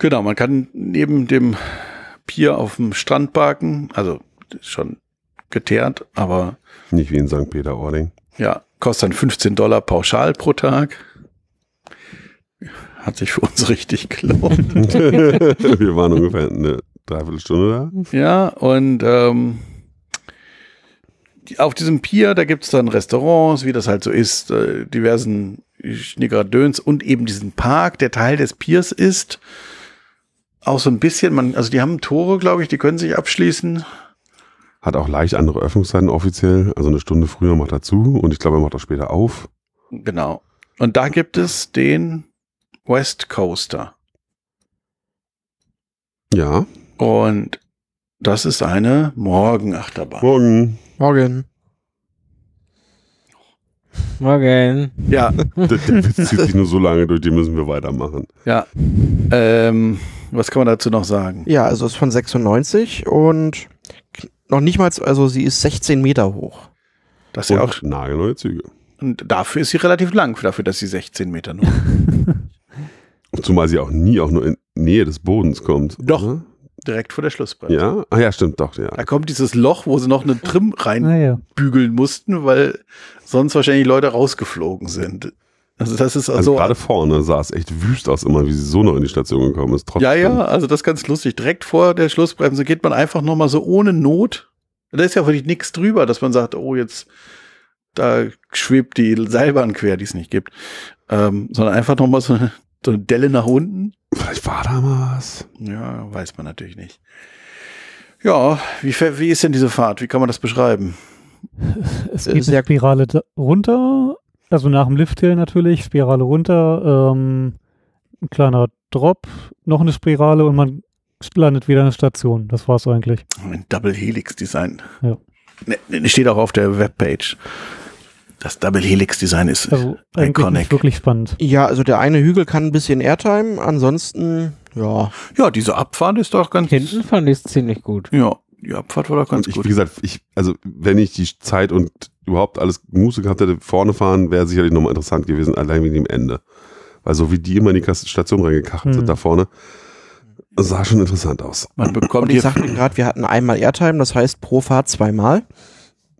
S1: Genau, man kann neben dem Pier auf dem Strand parken, also schon geteert, aber
S2: Nicht wie in St. Peter-Ording.
S1: ja, kostet dann 15 Dollar pauschal pro Tag. Hat sich für uns richtig gelohnt.
S2: Wir waren ungefähr eine Dreiviertelstunde da.
S1: ja, und ähm, die- auf diesem Pier, da gibt's dann Restaurants, wie das halt so ist, äh, diversen Schnickerdöns und eben diesen Park, der Teil des Piers ist. Auch so ein bisschen, man, also die haben Tore, glaube ich, die können sich abschließen.
S2: Hat auch leicht andere Öffnungszeiten offiziell. Also eine Stunde früher macht er zu und ich glaube, er macht auch später auf.
S1: Genau. Und da gibt es den West Coaster.
S2: Ja.
S1: Und das ist eine Morgenachterbahn.
S2: Morgen.
S5: Morgen.
S3: Morgen.
S1: Ja,
S2: Der, der Witz zieht sich nur so lange durch, den müssen wir weitermachen.
S1: ja. Ähm, was kann man dazu noch sagen?
S5: Ja, also ist von 96 und k- noch nicht mal, also sie ist 16 Meter hoch.
S1: Das ist
S2: Und
S1: ja auch,
S2: nagelneue Züge.
S1: und dafür ist sie relativ lang, dafür, dass sie 16 Meter nur.
S2: Zumal sie auch nie auch nur in Nähe des Bodens kommt.
S1: Doch.
S2: oder?
S1: Direkt vor der Schlussbremse.
S2: Ja? Ah ja, stimmt, doch, ja.
S1: Da kommt dieses Loch, wo sie noch eine Trim rein
S4: Naja.
S1: bügeln mussten, weil sonst wahrscheinlich Leute rausgeflogen sind. Also das ist
S2: Also
S1: also,
S2: gerade vorne sah es echt wüst aus, immer wie sie so noch in die Station gekommen ist. Trotzdem.
S1: ja, ja, also das ist ganz lustig. Direkt vor der Schlussbremse geht man einfach nochmal so ohne Not. Da ist ja wirklich nichts drüber, dass man sagt, oh, jetzt da schwebt die Seilbahn quer, die es nicht gibt. Ähm, sondern einfach nochmal so eine, so eine Delle nach unten.
S2: Vielleicht war da mal was.
S1: Ja, weiß man natürlich nicht. Ja, wie, ver- wie ist denn diese Fahrt? Wie kann man das beschreiben?
S4: Es
S5: Äh,
S4: geht
S5: sehr-
S4: eine Spirale da- runter, also nach dem Lifthill natürlich, Spirale runter, ähm, ein kleiner Drop, noch eine Spirale und man landet wieder in der Station. Das war's eigentlich.
S1: Ein Double Helix Design.
S4: Ja.
S1: Ne, ne, steht auch auf der Webpage. Das Double Helix Design ist
S4: Also eigentlich
S1: iconic.
S4: nicht wirklich spannend.
S5: Ja, also der eine Hügel kann ein bisschen Airtime, ansonsten, ja.
S1: Ja, diese Abfahrt ist doch ganz.
S3: Hinten fand ich es ziemlich gut.
S1: Ja, die Abfahrt war doch ganz
S2: und ich,
S1: gut.
S2: Wie gesagt, ich, also wenn ich die Zeit und überhaupt alles Muße gehabt hätte, vorne fahren, wäre sicherlich nochmal interessant gewesen, allein wegen dem Ende. Weil so wie die immer in die Kas- Station reingekachelt
S4: Hm.
S2: sind da vorne, sah schon interessant aus.
S1: Man
S5: Und
S1: bekommt
S5: ich
S1: hier
S5: sagte gerade, wir hatten einmal Airtime, das heißt pro Fahrt zweimal.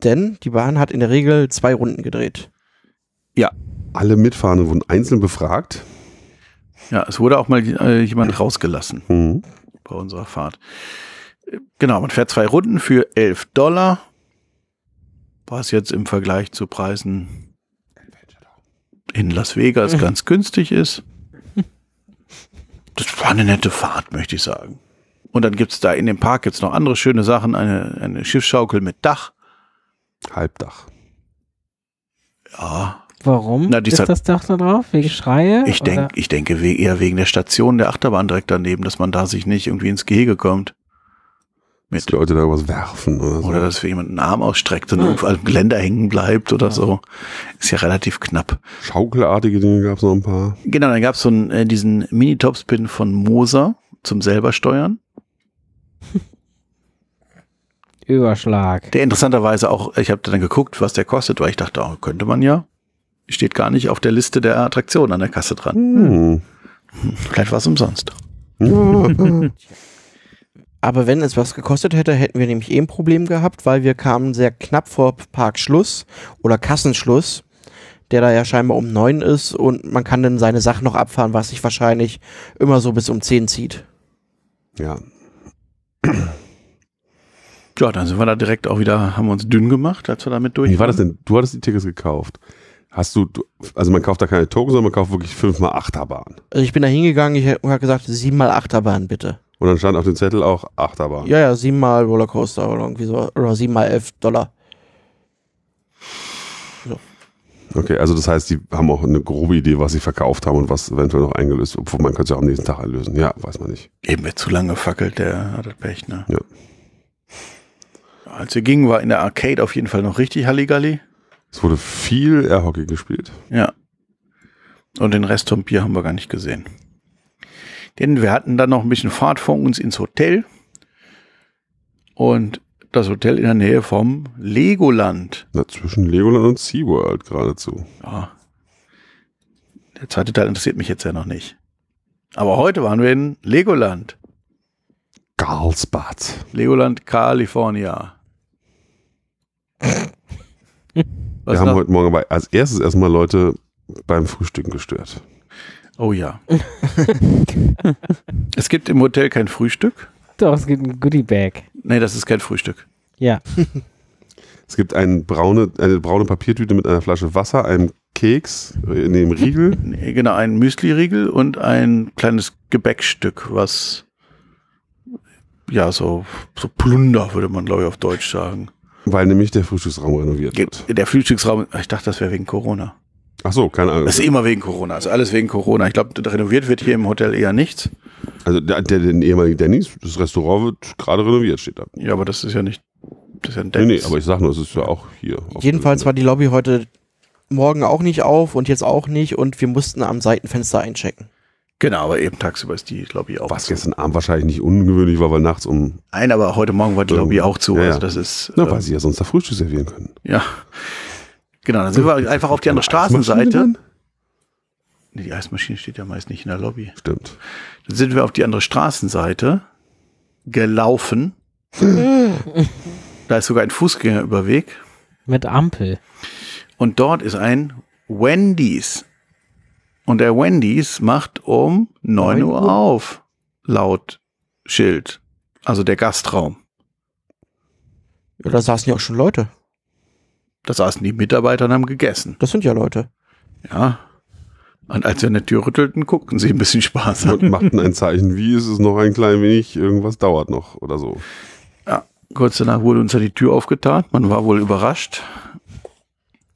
S5: Denn die Bahn hat in der Regel zwei Runden gedreht.
S2: Alle Mitfahrenden wurden einzeln befragt.
S1: Ja, es wurde auch mal äh, jemand rausgelassen
S2: Mhm.
S1: bei unserer Fahrt. Äh, Genau, man fährt zwei Runden für 11 Dollar. Was jetzt im Vergleich zu Preisen in Las Vegas ganz günstig ist. Das war eine nette Fahrt, möchte ich sagen. Und dann gibt's da in dem Park jetzt noch andere schöne Sachen. Eine, eine Schiffsschaukel mit Dach.
S2: Halbdach.
S1: Ja,
S3: Warum?
S1: Na, die
S3: ist
S1: hat-
S3: das Dach da drauf? Wegen Schreie?
S1: ich,
S3: Oder-
S1: denk, ich denke we- eher wegen der Station der Achterbahn direkt daneben, dass man da sich nicht irgendwie ins Gehege kommt.
S2: Dass die Leute da was werfen oder so.
S1: Oder dass für jemanden einen Arm ausstreckt und auf einem Geländer hängen bleibt oder so. Ist ja relativ knapp.
S2: Schaukelartige Dinge gab es noch ein paar.
S1: Genau, dann gab es so einen, äh, diesen Mini-Topspin von Moser zum selber steuern,
S3: Überschlag.
S1: der interessanterweise auch, ich habe dann geguckt, was der kostet, weil ich dachte, oh, könnte man ja. Steht gar nicht auf der Liste der Attraktionen an der Kasse dran.
S2: Hm.
S1: Vielleicht war es umsonst.
S2: Ja.
S5: Aber wenn es was gekostet hätte, hätten wir nämlich eh ein Problem gehabt, weil wir kamen sehr knapp vor Parkschluss oder Kassenschluss, der da ja scheinbar um neun ist und man kann dann seine Sachen noch abfahren, was sich wahrscheinlich immer so bis um zehn zieht.
S2: ja.
S1: Ja, dann sind wir da direkt auch wieder, haben wir uns dünn gemacht, als wir damit durch
S2: Wie war das
S1: waren.
S2: denn? Du hattest die Tickets gekauft. Hast du, du also man kauft da keine Token, sondern man kauft wirklich fünfmal Achterbahn.
S5: Also ich bin da hingegangen, ich habe gesagt, siebenmal Achterbahn bitte.
S2: Und dann stand auf dem Zettel auch Achterbahn.
S5: Ja, ja, siebenmal Rollercoaster oder irgendwie so, oder siebenmal elf Dollar.
S2: Okay, also das heißt, die haben auch eine grobe Idee, was sie verkauft haben und was eventuell noch eingelöst wird. Obwohl man könnte es ja auch am nächsten Tag einlösen. Ja, weiß man nicht.
S1: Eben wird zu lange gefackelt, der hat das Pech, ne?
S2: Ja.
S1: Als wir gingen, war in der Arcade auf jeden Fall noch richtig Halligalli.
S2: Es wurde viel Air-Hockey gespielt.
S1: Ja. Und den Rest vom Bier haben wir gar nicht gesehen. Denn wir hatten dann noch ein bisschen Fahrt vor uns ins Hotel. Und das Hotel in der Nähe vom Legoland.
S2: Na, zwischen Legoland und SeaWorld geradezu.
S1: Ja. Der zweite Teil interessiert mich jetzt ja noch nicht. Aber heute waren wir in Legoland.
S2: Carlsbad.
S1: Legoland, California.
S2: Wir
S1: Was
S2: haben
S1: noch?
S2: heute Morgen bei, als erstes erstmal Leute beim Frühstücken gestört.
S1: Oh ja. es gibt im Hotel kein Frühstück.
S3: Doch, es gibt ein Goodie Bag.
S1: Nee, das ist kein Frühstück.
S3: Ja.
S2: Es gibt eine braune, eine braune Papiertüte mit einer Flasche Wasser, einem Keks äh, in dem Riegel.
S1: Nee, genau, ein Müsli-Riegel und ein kleines Gebäckstück, was ja, so, so Plunder, würde man, glaube ich, auf Deutsch sagen.
S2: Weil nämlich der Frühstücksraum renoviert wird.
S1: Der Frühstücksraum, ich dachte, das wäre wegen Corona.
S2: Ach so, keine Ahnung.
S1: Das ist immer wegen Corona, also alles wegen Corona. Ich glaube, renoviert wird hier im Hotel eher nichts.
S2: Also der, der, der ehemalige Dennis, das Restaurant wird gerade renoviert, steht da.
S1: Ja, aber das ist ja nicht, das ist ja ein
S2: Nee, nee,
S1: Dennis.
S2: aber ich sag nur, es ist ja auch hier. auf-
S5: Jedenfalls war die Lobby heute Morgen auch nicht auf und jetzt auch nicht und wir mussten am Seitenfenster einchecken.
S1: genau, aber eben tagsüber ist die Lobby auch
S2: Was
S1: zu.
S2: gestern Abend wahrscheinlich nicht ungewöhnlich war, weil nachts um.
S1: Nein, aber heute Morgen war die Lobby auch zu.
S2: Ähm, Ja, ja.
S1: Also das ist,
S2: Na,
S1: äh,
S2: weil sie ja sonst da Frühstück servieren können.
S1: ja. Genau, dann sind wir einfach auf die andere
S2: Eismaschine
S1: Straßenseite.
S2: drin?
S1: Nee, die Eismaschine steht ja meist nicht in der Lobby.
S2: Stimmt.
S1: Dann sind wir auf die andere Straßenseite gelaufen. da ist sogar ein Fußgängerüberweg.
S3: Mit Ampel.
S1: Und dort ist ein Wendy's. Und der Wendy's macht um 9 Uhr,
S5: Uhr?
S1: auf, laut Schild. Also der Gastraum.
S5: Ja, da saßen ja auch schon Leute.
S1: Da saßen die Mitarbeiter und haben gegessen.
S5: Das sind ja Leute.
S1: Ja. Und als wir an der Tür rüttelten, guckten sie ein bisschen Spaß an.
S2: Und machten ein Zeichen, wie ist es noch ein klein wenig, irgendwas dauert noch oder so.
S1: Kurz danach wurde uns ja die Tür aufgetan. Man war wohl überrascht.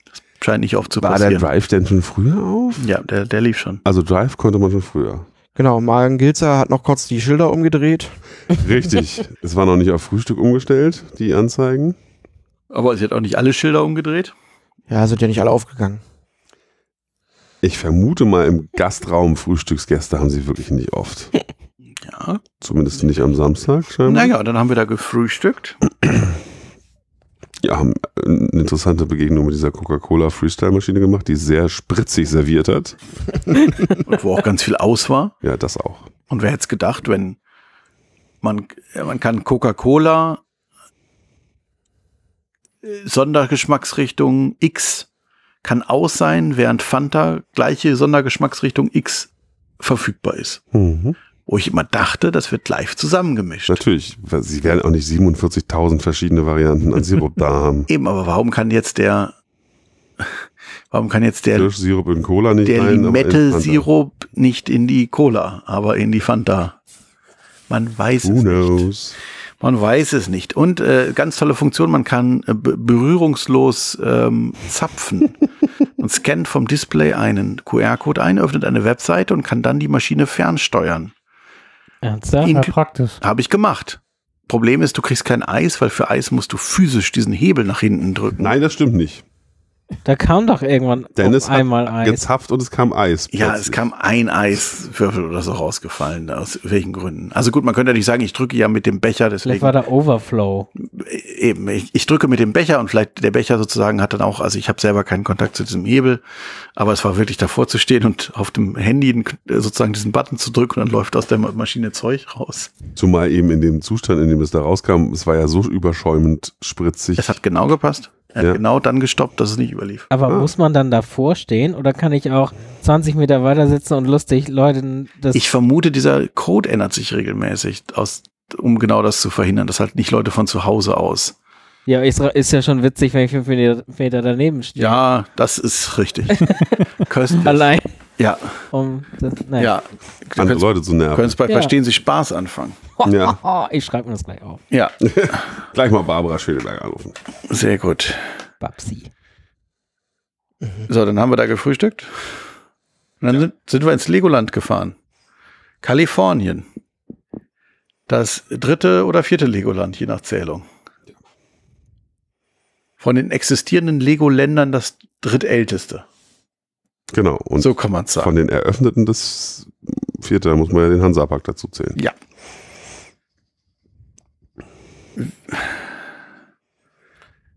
S1: Das scheint nicht oft zu
S2: War der
S1: passieren.
S2: Drive denn schon früher auf?
S1: ja, der, der lief schon.
S2: Also Drive konnte man schon früher.
S5: Genau, Maren Gilzer hat noch kurz die Schilder umgedreht.
S2: Richtig. es war noch nicht auf Frühstück umgestellt, die Anzeigen.
S1: Aber sie hat auch nicht alle Schilder umgedreht.
S5: Ja, sind ja nicht alle aufgegangen.
S2: Ich vermute mal, im Gastraum Frühstücksgäste haben sie wirklich nicht oft.
S1: Ja.
S2: Zumindest nicht am Samstag scheinbar.
S1: Naja, Ähm. dann haben wir da gefrühstückt.
S2: Ja, haben äh, eine interessante Begegnung mit dieser Coca-Cola Freestyle-Maschine gemacht, die sehr spritzig serviert hat.
S1: Und wo auch ganz viel aus war.
S2: Ja, das auch.
S1: Und wer hätte es gedacht, wenn man, man kann Coca-Cola äh, Sondergeschmacksrichtung X kann aus sein, während Fanta gleiche Sondergeschmacksrichtung X verfügbar ist. Wo ich immer dachte, das wird live zusammengemischt.
S2: Natürlich, weil sie werden auch nicht 47.000 verschiedene Varianten an Sirup da haben.
S1: Eben, aber warum kann jetzt der, warum kann jetzt der,
S2: Kirschsirup in Cola nicht
S1: der
S2: rein. aber in
S1: Limette-Sirup nicht in die Cola, aber in die Fanta? Man weiß
S2: Fanta. Who
S1: es nicht.
S2: knows?
S1: Man weiß es nicht. Und äh, ganz tolle Funktion, man kann äh, be- berührungslos ähm, zapfen und scannt vom Display einen QR-Code ein, öffnet eine Webseite und kann dann die Maschine fernsteuern.
S3: Ernsthaft?
S1: In-
S4: Ja, praktisch.
S1: Habe ich gemacht. Problem ist, du kriegst kein Eis, weil für Eis musst du physisch diesen Hebel nach hinten drücken.
S2: Nein, das stimmt nicht.
S3: Da kam doch irgendwann
S2: Dennis
S3: auf einmal
S2: hat
S3: Eis.
S2: gezapft und es kam Eis.
S1: Ja,
S2: plötzlich.
S1: es kam ein Eiswürfel oder so rausgefallen, aus welchen Gründen. Also gut, man könnte ja nicht sagen, ich drücke ja mit dem Becher,
S3: Vielleicht
S1: deswegen
S3: war da Overflow.
S1: eben, ich, ich drücke mit dem Becher und vielleicht der Becher sozusagen hat dann auch, also ich habe selber keinen Kontakt zu diesem Hebel, aber es war wirklich davor zu stehen und auf dem Handy den, äh, sozusagen diesen Button zu drücken und dann läuft aus der Ma- Maschine Zeug raus.
S2: Zumal eben in dem Zustand, in dem es da rauskam, es war ja so überschäumend spritzig.
S1: Es hat genau gepasst. Er
S2: Ja.
S1: hat genau dann gestoppt, dass es nicht überlief.
S3: Aber
S2: Ah.
S3: muss man dann davor stehen oder kann ich auch 20 Meter weiter sitzen und lustig Leuten das
S1: Ich vermute, dieser Code ändert sich regelmäßig, aus, um genau das zu verhindern, dass halt nicht Leute von zu Hause aus.
S3: Ja, ist, ist ja schon witzig, wenn ich fünf Meter Meter daneben stehe.
S1: Ja, das ist richtig. Köstlich.
S3: Allein
S1: Ja,
S3: um das, nein.
S1: ja. Du
S2: andere
S1: könntest,
S2: Leute zu nerven.
S1: könntest bei
S3: Ja.
S1: Verstehen Sie Spaß anfangen.
S2: Ja.
S3: Oh, Ich schreibe mir das gleich auf.
S1: Ja,
S2: Gleich mal Barbara Schöneberger anrufen.
S1: sehr gut.
S3: Babsi.
S1: So, dann haben wir da gefrühstückt. Und dann sind, sind wir ins Legoland gefahren. Kalifornien. Das dritte oder vierte Legoland, je nach Zählung. Von den existierenden Lego-Ländern das drittälteste.
S2: Genau. Und
S1: so kann man sagen.
S2: von den eröffneten das vierte, da muss man ja den Hansapark dazu zählen.
S1: Ja.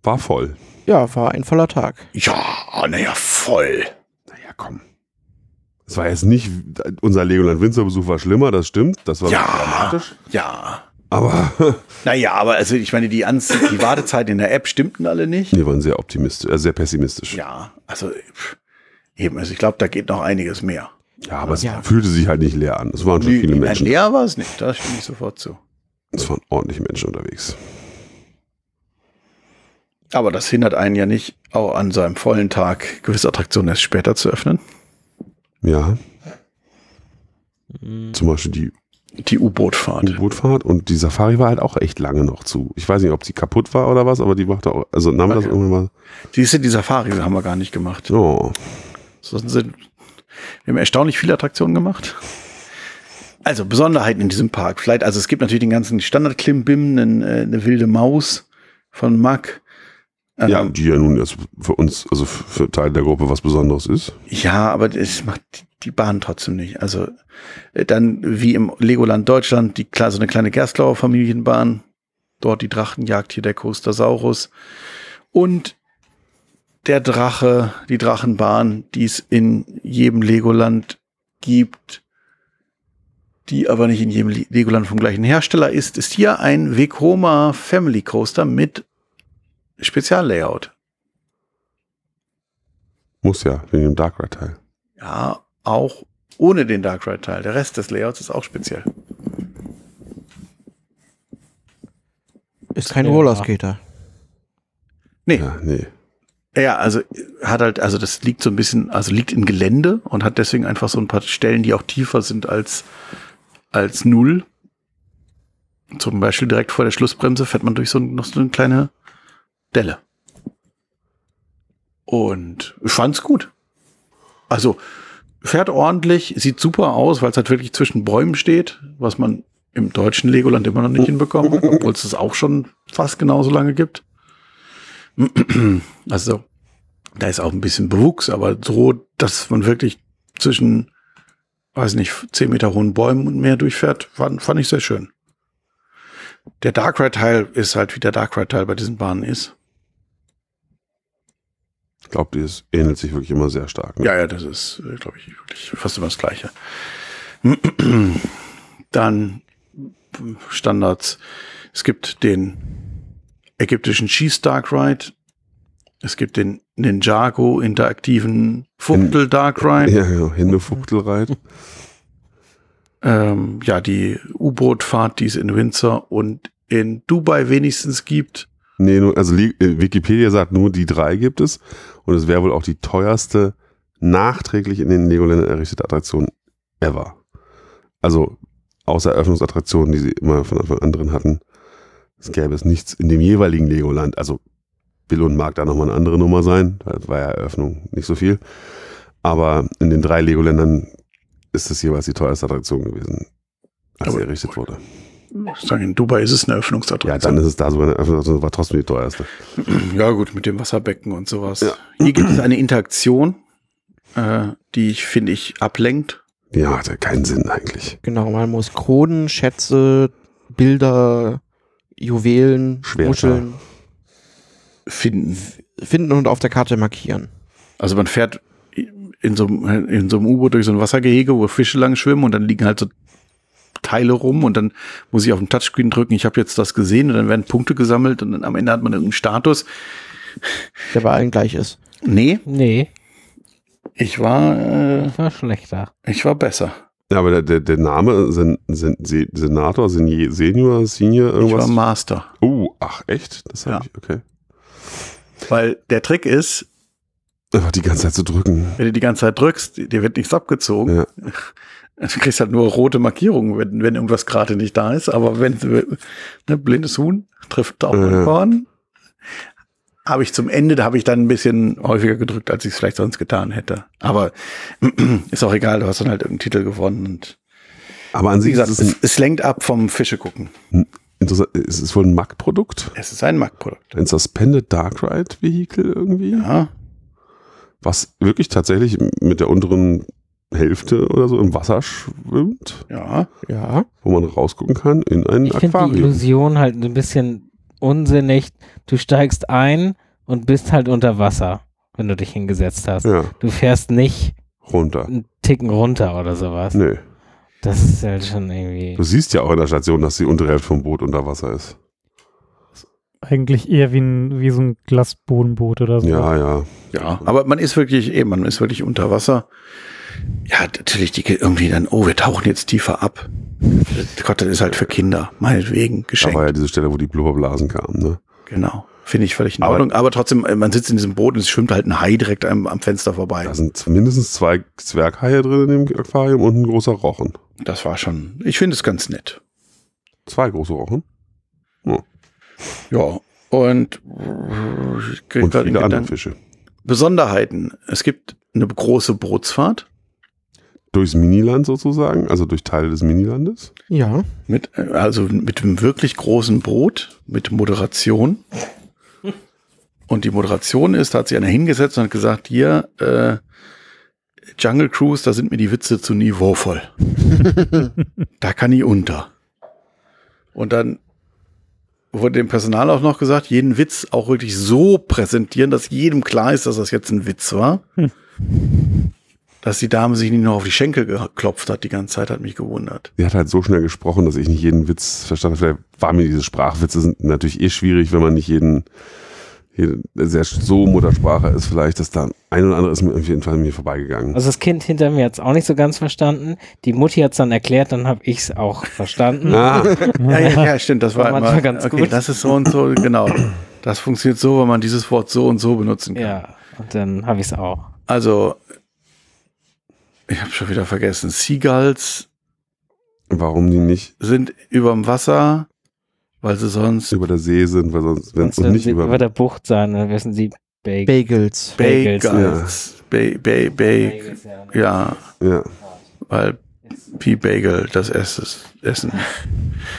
S2: War voll.
S5: Ja, war ein voller Tag.
S1: Ja, naja, voll.
S2: Naja, komm. Es war jetzt nicht, unser Legoland Winzerbesuch war schlimmer, das stimmt. Das war
S1: Ja.
S2: dramatisch.
S1: Ja.
S2: Aber
S1: Naja, aber also ich meine, die, Anz die Wartezeiten in der App stimmten alle nicht.
S2: wir waren sehr optimistisch, äh, sehr pessimistisch.
S1: Ja, also pff, eben, also ich glaube, da geht noch einiges mehr.
S2: Ja, aber es
S5: Ja.
S2: fühlte sich halt nicht leer an. Es waren schon
S1: Nee,
S2: viele
S1: nein,
S2: Menschen.
S1: Leer war es nicht, da stimme ich sofort zu.
S2: Es waren ordentlich Menschen unterwegs.
S1: Aber das hindert einen ja nicht, auch an seinem vollen Tag gewisse Attraktionen erst später zu öffnen.
S2: Ja. Zum Beispiel die
S1: die U-Boot-Fahrt.
S2: U-Boot-Fahrt und die Safari war halt auch echt lange noch zu. Ich weiß nicht, ob sie kaputt war oder was, aber die machte auch, also nahm das
S1: Okay.
S2: irgendwann
S1: Siehst du, die Safari haben wir gar nicht gemacht.
S2: mal. Oh.
S1: Sonst sind, wir haben erstaunlich viele Attraktionen gemacht. Also Besonderheiten in diesem Park. Vielleicht, also es gibt natürlich den ganzen Standard-Klimbim, einen, äh, eine wilde Maus von Mack. Ähm,
S2: Ja, die ja nun jetzt für uns, also f- für Teil der Gruppe was Besonderes ist.
S1: Ja, aber das macht die Bahn trotzdem nicht. Also äh, dann wie im Legoland Deutschland, die klar so eine kleine Gerstlauer Familienbahn, dort die Drachenjagd, hier der Coastersaurus und der Drache, die Drachenbahn, die es in jedem Legoland gibt, die aber nicht in jedem Le- Legoland vom gleichen Hersteller ist, ist hier ein Vekoma Family Coaster mit Speziallayout.
S2: Muss ja, wegen dem Dark Ride Teil.
S1: Ja, auch ohne den Dark Ride Teil. Der Rest des Layouts ist auch speziell.
S5: Ist kein
S3: Ja.
S5: Rollerskater.
S2: Ja, nee.
S1: Ja, also hat halt, also das liegt so ein bisschen, also liegt in Gelände und hat deswegen einfach so ein paar Stellen, die auch tiefer sind als als null. Zum Beispiel direkt vor der Schlussbremse fährt man durch so ein, noch so eine kleine Delle. Und ich fand's gut. Also fährt ordentlich, sieht super aus, weil es halt wirklich zwischen Bäumen steht, was man im deutschen Legoland immer noch nicht hinbekommen hat, obwohl es das auch schon fast genauso lange gibt. Also da ist auch ein bisschen Bewuchs, aber so, dass man wirklich zwischen, weiß nicht, 10 Meter hohen Bäumen und mehr durchfährt, fand, fand ich sehr schön. Der Dark Ride-Teil ist halt, wie der Dark Ride-Teil bei diesen Bahnen ist.
S2: Ich glaube, das ähnelt sich wirklich immer sehr stark. ne?
S1: Ja, ja, das ist, glaube ich, wirklich fast immer das Gleiche. Dann Standards. Es gibt den ägyptischen Cheese Dark Ride. Es gibt den Ninjago interaktiven Fuchtel Dark Ride.
S2: Ja, genau. Händefuchtelreit.
S1: ähm, ja, die U-Boot-Fahrt, die es in Windsor und in Dubai wenigstens gibt.
S2: Nee, nur, also li- äh, Wikipedia sagt nur, die drei gibt es. Und es wäre wohl auch die teuerste nachträglich in den Legoländern errichtete Attraktion ever. Also außer Eröffnungsattraktionen, die sie immer von Anfang an drin hatten, es gäbe es nichts in dem jeweiligen Legoland. Also Billund mag da nochmal eine andere Nummer sein, da war ja Eröffnung nicht so viel. Aber in den drei Legoländern ist es jeweils die teuerste Attraktion gewesen, als sie
S1: Aber-
S2: errichtet wurde.
S1: Ich sage, in Dubai ist es eine
S2: Ja, dann
S1: Eröffnungsattraktion.
S2: ist es da sogar eine Eröffnungsattraktion, war trotzdem die teuerste.
S1: Ja, gut, mit dem Wasserbecken und sowas.
S2: Ja.
S1: Hier gibt es eine Interaktion, äh, die ich, finde ich, ablenkt.
S2: Ja, hat ja keinen Sinn eigentlich.
S5: Genau, man muss Kronen, Schätze, Bilder, Juwelen,
S2: Schwerter.
S5: Muscheln
S1: Finden.
S5: finden und auf der Karte markieren.
S1: Also man fährt in so, einem- in so einem U-Boot durch so ein Wassergehege, wo Fische lang schwimmen und dann liegen halt so Teile rum und dann muss ich auf dem Touchscreen drücken, ich habe jetzt das gesehen und dann werden Punkte gesammelt und dann am Ende hat man irgendeinen Status.
S5: Der bei allen gleich ist.
S1: Nee,
S3: Nee,
S1: ich war äh,
S3: war schlechter.
S1: Ich war besser.
S2: Ja, aber der, der, der Name Sen, Sen, Se- Senator, Sen, Senior, Senior,
S1: Ich war
S2: irgendwas.
S1: Master.
S2: oh, ach echt? Das
S1: Ja.
S2: habe ich, okay.
S1: Weil der Trick ist,
S2: Einfach die ganze Zeit zu drücken.
S1: wenn du die ganze Zeit drückst, dir wird nichts abgezogen.
S2: Ja.
S1: Du kriegst halt nur rote Markierungen, wenn, wenn irgendwas gerade nicht da ist. Aber wenn ne, blindes Huhn trifft auf
S2: Ja.
S1: ein Korn, habe ich zum Ende, da habe ich dann ein bisschen häufiger gedrückt, als ich es vielleicht sonst getan hätte. Aber ist auch egal, du hast dann halt irgendeinen Titel gewonnen. Und
S2: Aber an
S1: wie
S2: sich
S1: gesagt,
S2: ist es
S1: es,
S2: ein,
S1: es lenkt ab vom Fische gucken.
S2: interessant, es ist wohl ein Mack-Produkt.
S1: Es ist ein Marktprodukt.
S2: Ein Suspended Dark Ride Vehicle irgendwie.
S1: Ja.
S2: Was wirklich tatsächlich mit der unteren Hälfte oder so im Wasser schwimmt,
S1: Ja.
S5: Ja.
S2: wo man rausgucken kann in ein
S3: Ich finde die
S2: Aquarium.
S3: Illusion halt ein bisschen unsinnig. Du steigst ein und bist halt unter Wasser, wenn du dich hingesetzt hast.
S2: Ja,
S3: Du fährst nicht
S2: runter.
S3: einen Ticken runter oder sowas.
S2: Nö.
S3: Das ist halt schon irgendwie.
S2: Du siehst ja auch in der Station, dass die untere Hälfte vom Boot unter Wasser ist.
S4: Eigentlich eher wie, ein, wie so ein Glasbodenboot oder so.
S2: Ja, ja.
S1: Ja, aber man ist wirklich eben, man ist wirklich unter Wasser. Ja, natürlich die irgendwie dann, oh, wir tauchen jetzt tiefer ab. Gott, das ist halt für Kinder, meinetwegen
S2: Da
S1: geschenkt.
S2: war ja diese Stelle, wo die Blubberblasen kamen, ne?
S1: genau. Finde ich völlig in
S2: Aber-
S1: Ordnung. Aber trotzdem, äh, man sitzt in diesem Boot und es schwimmt halt ein Hai direkt am, am Fenster vorbei.
S2: Da sind mindestens zwei Zwerghaie drin in dem Aquarium und ein großer Rochen.
S1: Das war schon, ich finde es ganz nett.
S2: Zwei große Rochen.
S1: Ja, und äh, ich krieg
S2: Und
S1: grad den
S2: viele andere
S1: Gedanken-
S2: Fische.
S1: Besonderheiten. Es gibt eine große Bootsfahrt
S2: Durchs Miniland sozusagen, also durch Teile des Minilandes.
S5: Ja.
S1: mit, äh, also mit einem wirklich großen Boot, mit Moderation. Und die Moderation ist, da hat sich einer hingesetzt und hat gesagt, hier, äh, Jungle Cruise, da sind mir die Witze zu niveauvoll. da kann ich unter. Und dann wurde dem Personal auch noch gesagt, jeden Witz auch wirklich so präsentieren, dass jedem klar ist, dass das jetzt ein Witz war.
S4: Hm.
S1: Dass die Dame sich nicht noch auf die Schenkel geklopft hat die ganze Zeit, hat mich gewundert.
S2: Die hat halt so schnell gesprochen, dass ich nicht jeden Witz verstanden habe. Vielleicht war mir diese Sprachwitze sind natürlich eh schwierig, wenn man nicht jeden, jeden sehr so Muttersprache ist. Vielleicht, dass da ein oder andere ist mir auf jeden Fall an mir vorbeigegangen.
S3: Also das Kind hinter mir hat es auch nicht so ganz verstanden. Die Mutti hat es dann erklärt, dann habe ich es auch verstanden.
S2: ah,
S1: Ja, ja, ja, stimmt, das war,
S3: War
S1: immer,
S3: manchmal ganz
S1: okay,
S3: gut.
S1: das ist so und so, genau. Das funktioniert so, wenn man dieses Wort so und so benutzen kann.
S3: Ja, und dann habe ich es auch.
S1: Also, ich habe schon wieder vergessen, Seagulls
S2: warum die nicht
S1: sind überm Wasser, weil sie sonst
S2: über der See sind, weil sonst, wenn
S3: Sonst
S2: es
S3: würden
S2: nicht
S3: sie über,
S2: über,
S3: der Bucht sein, dann wissen sie Bagel.
S5: Bagels.
S1: Bagels,
S3: Bagels,
S1: Ba ba ba
S3: ja.
S1: ja,
S2: ja,
S1: weil P-Bagel das Ess- Essen.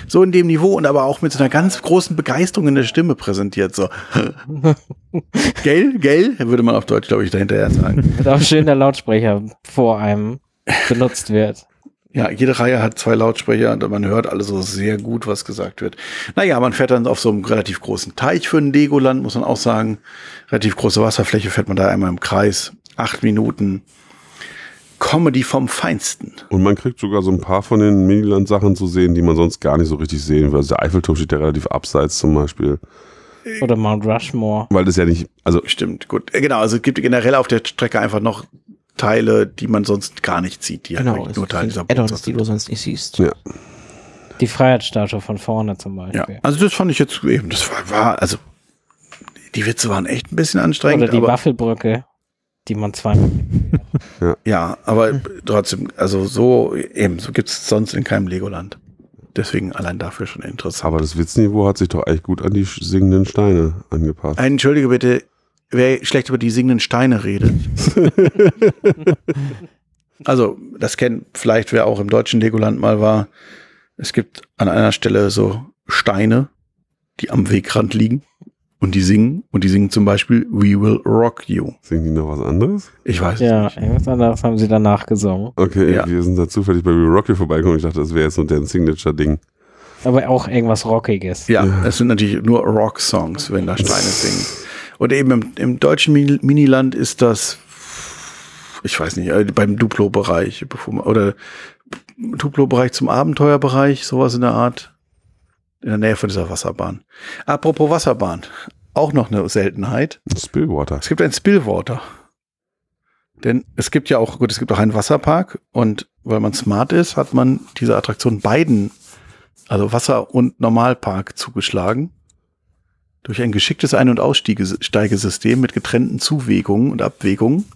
S1: So in dem Niveau und aber auch mit so einer ganz großen Begeisterung in der Stimme präsentiert. So. Gell, gell, würde man auf Deutsch, glaube ich, dahinterher sagen.
S3: Und auch schön der Lautsprecher vor einem benutzt wird.
S1: Ja, jede Reihe hat zwei Lautsprecher und man hört also sehr gut, was gesagt wird. Naja, man fährt dann auf so einem relativ großen Teich für ein Legoland, muss man auch sagen. Relativ große Wasserfläche fährt man da einmal im Kreis. Acht Minuten. Comedy vom Feinsten.
S2: Und man kriegt sogar so ein paar von den Miniland-Sachen zu sehen, die man sonst gar nicht so richtig sehen will. Also der Eiffelturm steht ja relativ abseits zum Beispiel,
S3: Oder Mount Rushmore.
S2: weil das ja nicht, also
S1: Stimmt, gut. Äh, Genau, also es gibt generell auf der Strecke einfach noch Teile, die man sonst gar nicht sieht. Die halt
S5: Genau.
S1: wirklich
S5: es
S1: nur Teil
S5: sind
S1: dieser
S5: Add-ons,
S1: Botschaft
S5: die
S1: sind.
S5: du sonst nicht siehst.
S2: Ja.
S3: Die Freiheitsstatue von vorne zum
S1: Ja,
S3: Beispiel.
S1: also das fand ich jetzt eben, das war, war also die Witze waren echt ein bisschen anstrengend,
S3: Oder die
S1: aber
S3: Waffelbrücke, die man zweimal.
S1: ja, aber trotzdem, also so eben, so gibt's sonst in keinem Legoland. Deswegen allein dafür schon interessant.
S2: aber das Witzniveau hat sich doch eigentlich gut an die sch- singenden Steine angepasst.
S1: Entschuldige bitte, wer schlecht über die singenden Steine redet. also, das kennt vielleicht wer auch im deutschen Legoland mal war. Es gibt an einer Stelle so Steine, die am Wegrand liegen und die singen. Und die singen zum Beispiel We Will Rock You.
S2: Singen die noch was anderes?
S1: Ich weiß es
S3: Ja,
S1: nicht.
S3: irgendwas anderes haben sie danach gesungen.
S2: Okay,
S1: Ja.
S2: wir sind da zufällig bei Real Rocky vorbeigekommen. Ich dachte, das wäre jetzt so deren Signature-Ding.
S3: Aber auch irgendwas Rockiges.
S1: Ja, es sind natürlich nur Rock-Songs, wenn da Steine singen. Und eben im, im deutschen Min- Miniland ist das, ich weiß nicht, äh, beim Duplo-Bereich, bevor man- oder Duplo-Bereich zum Abenteuerbereich, sowas in der Art, in der Nähe von dieser Wasserbahn. Apropos Wasserbahn, auch noch eine Seltenheit.
S2: Spillwater.
S1: Es gibt ein Spillwater. Denn es gibt ja auch, gut, es gibt auch einen Wasserpark und weil man smart ist, hat man diese Attraktion beiden, also Wasser- und Normalpark zugeschlagen. Durch ein geschicktes Ein- und Aussteigesystem mit getrennten Zuwägungen und Abwägungen.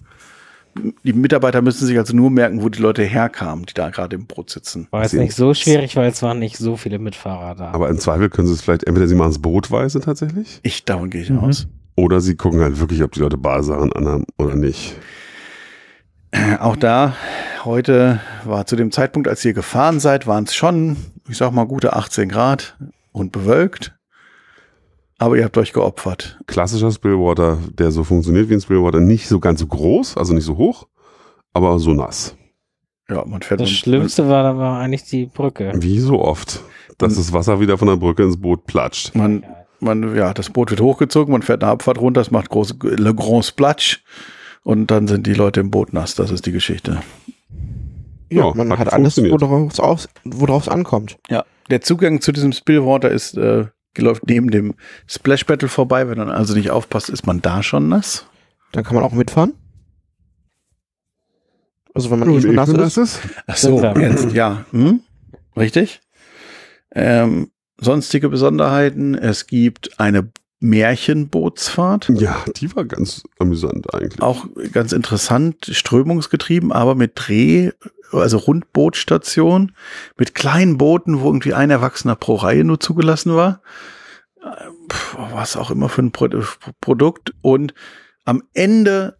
S1: Die Mitarbeiter müssen sich also nur merken, wo die Leute herkamen, die da gerade im Boot sitzen.
S3: War jetzt
S2: Sie-
S3: nicht so schwierig, weil es waren nicht so viele Mitfahrer da.
S2: Aber im Zweifel können sie es vielleicht, entweder sie machen es bootweise tatsächlich,
S1: Ich, davon gehe ich
S4: Mhm.
S1: aus.
S2: oder sie gucken halt wirklich, ob die Leute Barsachen anhaben oder nicht.
S1: Auch da, heute war zu dem Zeitpunkt, als ihr gefahren seid, waren es schon, ich sag mal, gute 18 Grad und bewölkt. Aber ihr habt euch geopfert.
S2: Klassischer Spillwater, der so funktioniert wie ein Spillwater, nicht so ganz so groß, also nicht so hoch, aber so nass.
S1: Ja, man fährt.
S3: das
S1: man-
S3: Schlimmste war, da war eigentlich die Brücke.
S2: Wie so oft,
S5: Hm.
S2: dass das Wasser wieder von der Brücke ins Boot platscht.
S1: Man, man, ja, das Boot wird hochgezogen, man fährt eine Abfahrt runter, es macht große, Le Grand Splatsch. Und dann sind die Leute im Boot nass. Das ist die Geschichte.
S2: Ja,
S5: Man
S2: hat
S5: hat, alles,
S2: funktioniert.
S5: worauf es aus- worauf es ankommt.
S1: Ja. Der Zugang zu diesem Spillwater ist, äh, läuft neben dem Splash Battle vorbei. Wenn man also nicht aufpasst, ist man da schon nass.
S5: Dann kann man auch mitfahren. Also wenn man
S2: Und
S5: eh schon
S2: eh
S5: nass
S2: schon
S5: ist.
S2: ist?
S1: Ach so,
S3: Stimmt, ja.
S1: jetzt, ja. Hm? Richtig. Ähm, sonstige Besonderheiten. Es gibt eine Märchenbootsfahrt.
S2: Ja, die war ganz amüsant eigentlich.
S1: Auch ganz interessant, strömungsgetrieben, aber mit Dreh, also Rundbootstation, mit kleinen Booten, wo irgendwie ein Erwachsener pro Reihe nur zugelassen war. Pff, was auch immer für ein Pro Produkt. Und am Ende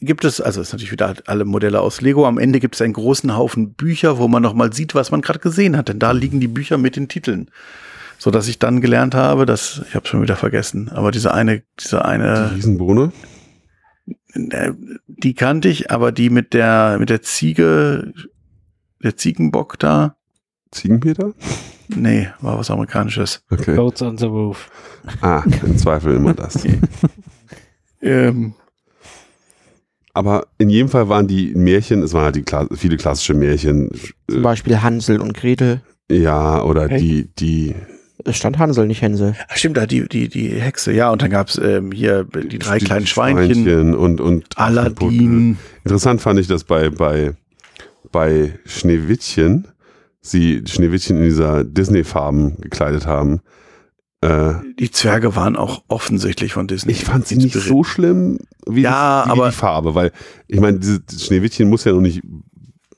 S1: gibt es, also ist natürlich wieder alle Modelle aus Lego, am Ende gibt es einen großen Haufen Bücher, wo man nochmal sieht, was man gerade gesehen hat. Denn da liegen die Bücher mit den Titeln. So dass ich dann gelernt habe, dass, ich habe schon wieder vergessen, aber diese eine, diese
S2: Die
S1: eine,
S2: Riesenbohne.
S1: äh, die kannte ich, aber die mit der, mit der Ziege, der Ziegenbock da,
S2: Ziegenpeter?
S1: nee, war was Amerikanisches.
S2: Okay.
S3: Boats on the Roof.
S2: Ah, im Zweifel immer das.
S1: Ähm,
S2: Aber in jedem Fall waren die Märchen, es waren halt die Kla viele klassische Märchen.
S5: Zum Beispiel Hansel und Gretel.
S2: Ja, oder
S1: Hey.
S2: die, die
S5: Es stand Hansel, nicht Hänsel.
S1: ach stimmt, da die, die, die Hexe, ja, und dann gab's ähm, hier die drei
S2: die-
S1: kleinen
S2: die
S1: Schweinchen,
S2: und, und
S1: Aladdin.
S2: Interessant fand ich das bei, bei, bei Schneewittchen, sie Schneewittchen in dieser Disney-Farben gekleidet haben. Äh,
S1: Die Zwerge waren auch offensichtlich von Disney.
S2: ich fand sie nicht
S1: inspiriert.
S2: so schlimm wie,
S1: Ja,
S2: das, wie
S1: aber-
S2: die Farbe, weil ich meine, dieses Schneewittchen muss ja noch nicht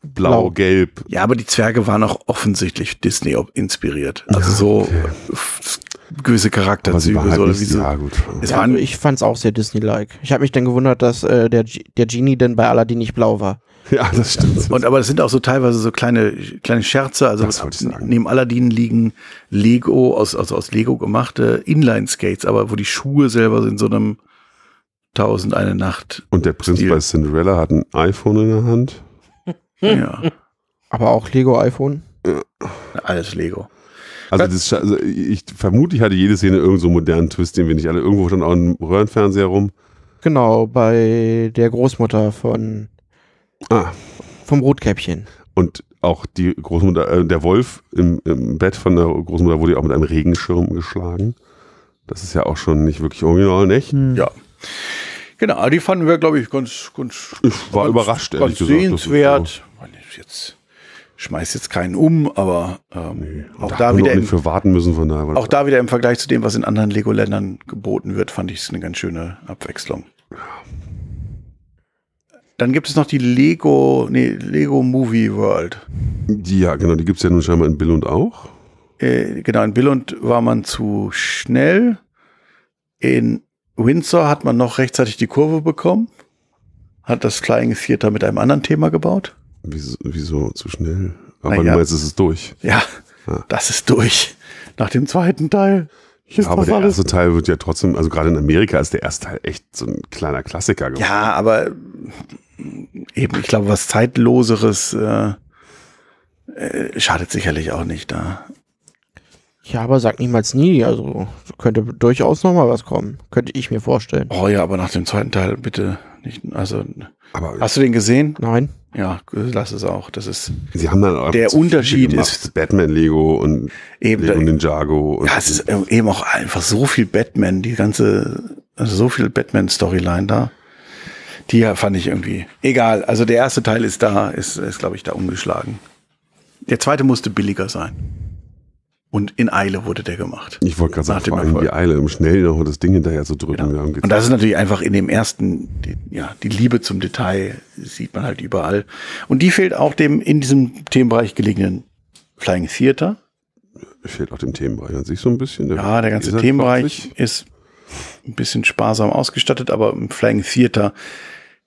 S2: blau,
S5: Blau.
S2: gelb.
S1: Ja, aber die Zwerge waren auch offensichtlich Disney ob- inspiriert. Also
S2: Ja,
S1: so
S2: okay.
S1: f- gewisse
S2: Aber sie
S1: Charakterzüge.
S2: war halt
S1: so,
S2: nicht,
S1: wie so,
S2: ja, gut.
S1: Es
S5: Ja,
S1: waren-
S5: also ich fand es auch sehr Disney-like. Ich habe mich dann gewundert, dass äh, der, G der Genie denn bei Aladdin nicht blau war.
S2: Ja, das stimmt.
S1: Und aber das sind auch so teilweise so kleine, kleine Scherze. Also
S2: Das wollte ich sagen.
S1: neben Aladdin liegen Lego, aus, also aus Lego gemachte Inline-Skates, aber wo die Schuhe selber so in so einem Tausend eine Nacht.
S2: Und der Prinz
S1: Stil.
S2: bei Cinderella hat ein iPhone in der Hand.
S1: Ja,
S5: Aber auch Lego iPhone.
S1: alles Lego.
S2: Also, das, scha- also ich vermute, ich hatte jede Szene irgend so einen modernen Twist, den wir nicht alle. Irgendwo stand auch ein Röhrenfernseher rum.
S5: Genau, bei der Großmutter von
S2: Ah,
S5: vom Rotkäppchen.
S2: und auch die Großmutter, äh, der Wolf im, im Bett von der Großmutter wurde ja auch mit einem Regenschirm geschlagen. Das ist ja auch schon nicht wirklich original, nicht?
S4: Hm.
S1: Ja. Genau, aber die fanden wir, glaube ich, ganz, ganz
S2: Ich war überrascht,
S1: ganz
S2: ehrlich gesagt. dass es so-
S1: sehenswert. Man ist jetzt schmeißt jetzt keinen um, aber ähm,
S2: Und
S1: auch
S2: da,
S1: da,
S2: hat man
S1: wieder
S2: auch
S1: im,
S2: nicht für warten müssen von daher.
S1: auch da wieder im Vergleich zu dem, was in anderen Lego-Ländern geboten wird, fand ich es eine ganz schöne Abwechslung. Dann gibt es noch die Lego, nee, Lego Movie World.
S2: die, ja, genau, die gibt es ja nun scheinbar in Bill und auch.
S1: Äh, genau, in Billund war man zu schnell. In Windsor hat man noch rechtzeitig die Kurve bekommen. Hat das Flying Theater mit einem anderen Thema gebaut.
S2: Wieso, wieso zu schnell? Aber
S1: Na
S2: du
S1: ja.
S2: meinst, es ist durch.
S1: Ja,
S2: Ja.
S1: das ist durch. Nach dem zweiten Teil ist
S2: aber
S1: das
S2: der
S1: alles.
S2: erste Teil wird ja trotzdem, also gerade in Amerika ist der erste Teil echt so ein kleiner Klassiker geworden.
S1: Ja, aber äh, eben, ich glaube, was zeitloseres äh, äh, schadet sicherlich auch nicht da.
S5: Ja, aber sag niemals nie. Also könnte durchaus noch mal was kommen. Könnte ich mir vorstellen.
S1: Oh ja, aber nach dem zweiten Teil bitte nicht. Also
S2: Aber
S1: hast du den gesehen?
S5: Nein.
S1: Ja, lass es auch. Das ist
S2: sie haben dann auch
S1: der
S2: zu viel
S1: Unterschied
S2: gemacht.
S1: ist-
S2: Batman Lego und
S1: eben.
S2: Lego Ninjago und
S1: ja, es ist eben auch einfach so viel Batman, die ganze, also so viel Batman-Storyline da. Die ja fand ich irgendwie egal. Also der erste Teil ist da, ist, ist glaube ich, da umgeschlagen. Der zweite musste billiger sein. Und in Eile wurde der gemacht.
S2: ich wollte gerade
S1: Nach
S2: sagen,
S1: dem
S2: vor allem die
S1: Erfolg.
S2: Eile, um schnell noch das Ding hinterher zu drücken.
S1: Genau.
S2: Wir haben
S1: Und das ist natürlich einfach in dem ersten, die, ja, die Liebe zum Detail sieht man halt überall. Und die fehlt auch dem in diesem Themenbereich gelegenen Flying Theater.
S2: fehlt auch dem Themenbereich an sich so ein bisschen.
S1: Ja, der ganze
S2: ist halt
S1: Themenbereich
S2: quatschig.
S1: ist ein bisschen sparsam ausgestattet, aber im Flying Theater.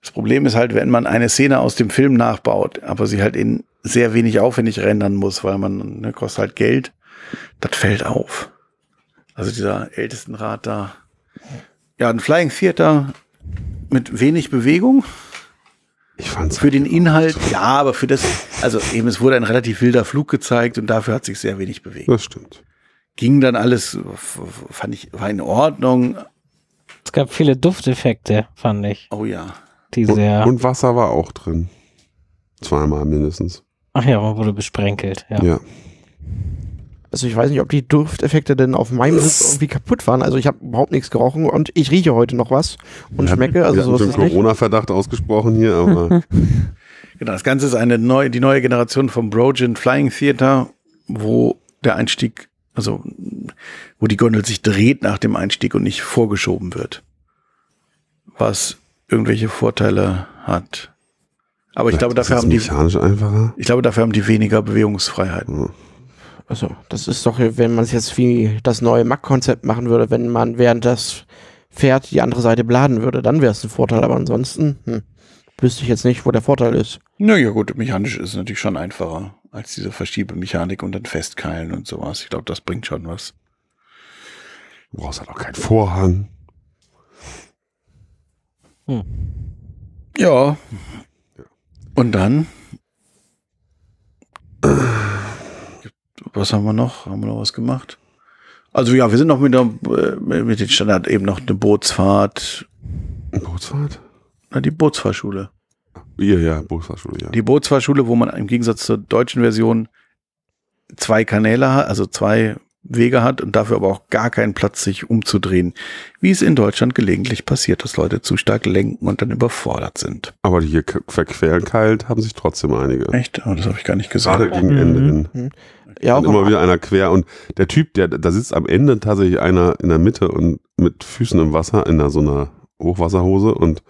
S1: Das Problem ist halt, wenn man eine Szene aus dem Film nachbaut, aber sie halt in sehr wenig aufwendig rendern muss, weil man ne, kostet halt Geld, das fällt auf. Also dieser Ältestenrat da. Ja, ein Flying Theater mit wenig Bewegung
S2: Ich fand's
S1: für den Inhalt. Ja, aber für das, also eben, es wurde ein relativ wilder Flug gezeigt und dafür hat sich sehr wenig bewegt
S2: Das stimmt.
S1: ging dann alles, f- f- fand ich, war in Ordnung.
S3: Es gab viele Dufteffekte, fand ich.
S1: Oh ja.
S3: Die
S2: Und,
S3: sehr.
S2: und Wasser war auch drin. Zweimal mindestens.
S3: Ach ja, man wurde besprenkelt. Ja.
S2: Ja.
S5: Also ich weiß nicht, ob die Dufteffekte denn auf meinem Sitz irgendwie kaputt waren. Also ich habe überhaupt nichts gerochen und ich rieche heute noch was und
S2: Wir hatten-
S5: schmecke. Also
S2: wir
S5: so
S2: hatten
S5: ist
S2: schon
S5: es nicht.
S2: Corona-Verdacht ausgesprochen hier, aber
S1: Genau, das Ganze ist eine neue, die neue Generation vom Brogen Flying Theater, wo der Einstieg, also mh, wo die Gondel sich dreht nach dem Einstieg und nicht vorgeschoben wird. Was irgendwelche Vorteile hat. Aber ich glaube,
S2: Das
S1: dafür
S2: ist
S1: haben die,
S2: mechanisch einfacher.
S1: ich glaube, dafür haben die weniger Bewegungsfreiheit.
S2: Hm.
S5: Also, das ist doch, wenn man es jetzt wie das neue Mac-Konzept machen würde, wenn man während das Pferd die andere Seite bladen würde, dann wäre es ein Vorteil. Aber ansonsten hm, wüsste ich jetzt nicht, wo der Vorteil ist.
S1: Naja, gut, mechanisch ist es natürlich schon einfacher als diese Verschiebemechanik und dann festkeilen und sowas. Ich glaube, das bringt schon was.
S2: Du brauchst halt auch keinen Vorhang.
S1: Ja. Und dann? Was haben wir noch? Haben wir noch was gemacht? Also ja, wir sind noch mit, der, äh, mit den Standard eben noch eine Bootsfahrt,
S2: Bootsfahrt?
S1: na, die Bootsfahrschule.
S2: Ja, ja, Bootsfahrtschule, ja.
S1: Die Bootsfahrschule, wo man im Gegensatz zur deutschen Version zwei Kanäle hat, also zwei Wege hat und dafür aber auch gar keinen Platz, sich umzudrehen. Wie es in Deutschland gelegentlich passiert, dass Leute zu stark lenken und dann überfordert sind.
S2: Aber die hier k- verqueren kalt haben sich trotzdem einige.
S1: Echt? Oh, das habe ich gar nicht gesagt.
S2: Gerade gegen
S4: Mhm.
S2: Ende hin.
S5: Ja,
S2: Und
S5: auch
S2: immer
S5: am,
S2: wieder einer quer. Und der Typ, der da sitzt am Ende tatsächlich einer in der Mitte und mit Füßen im Wasser, in einer, so einer Hochwasserhose und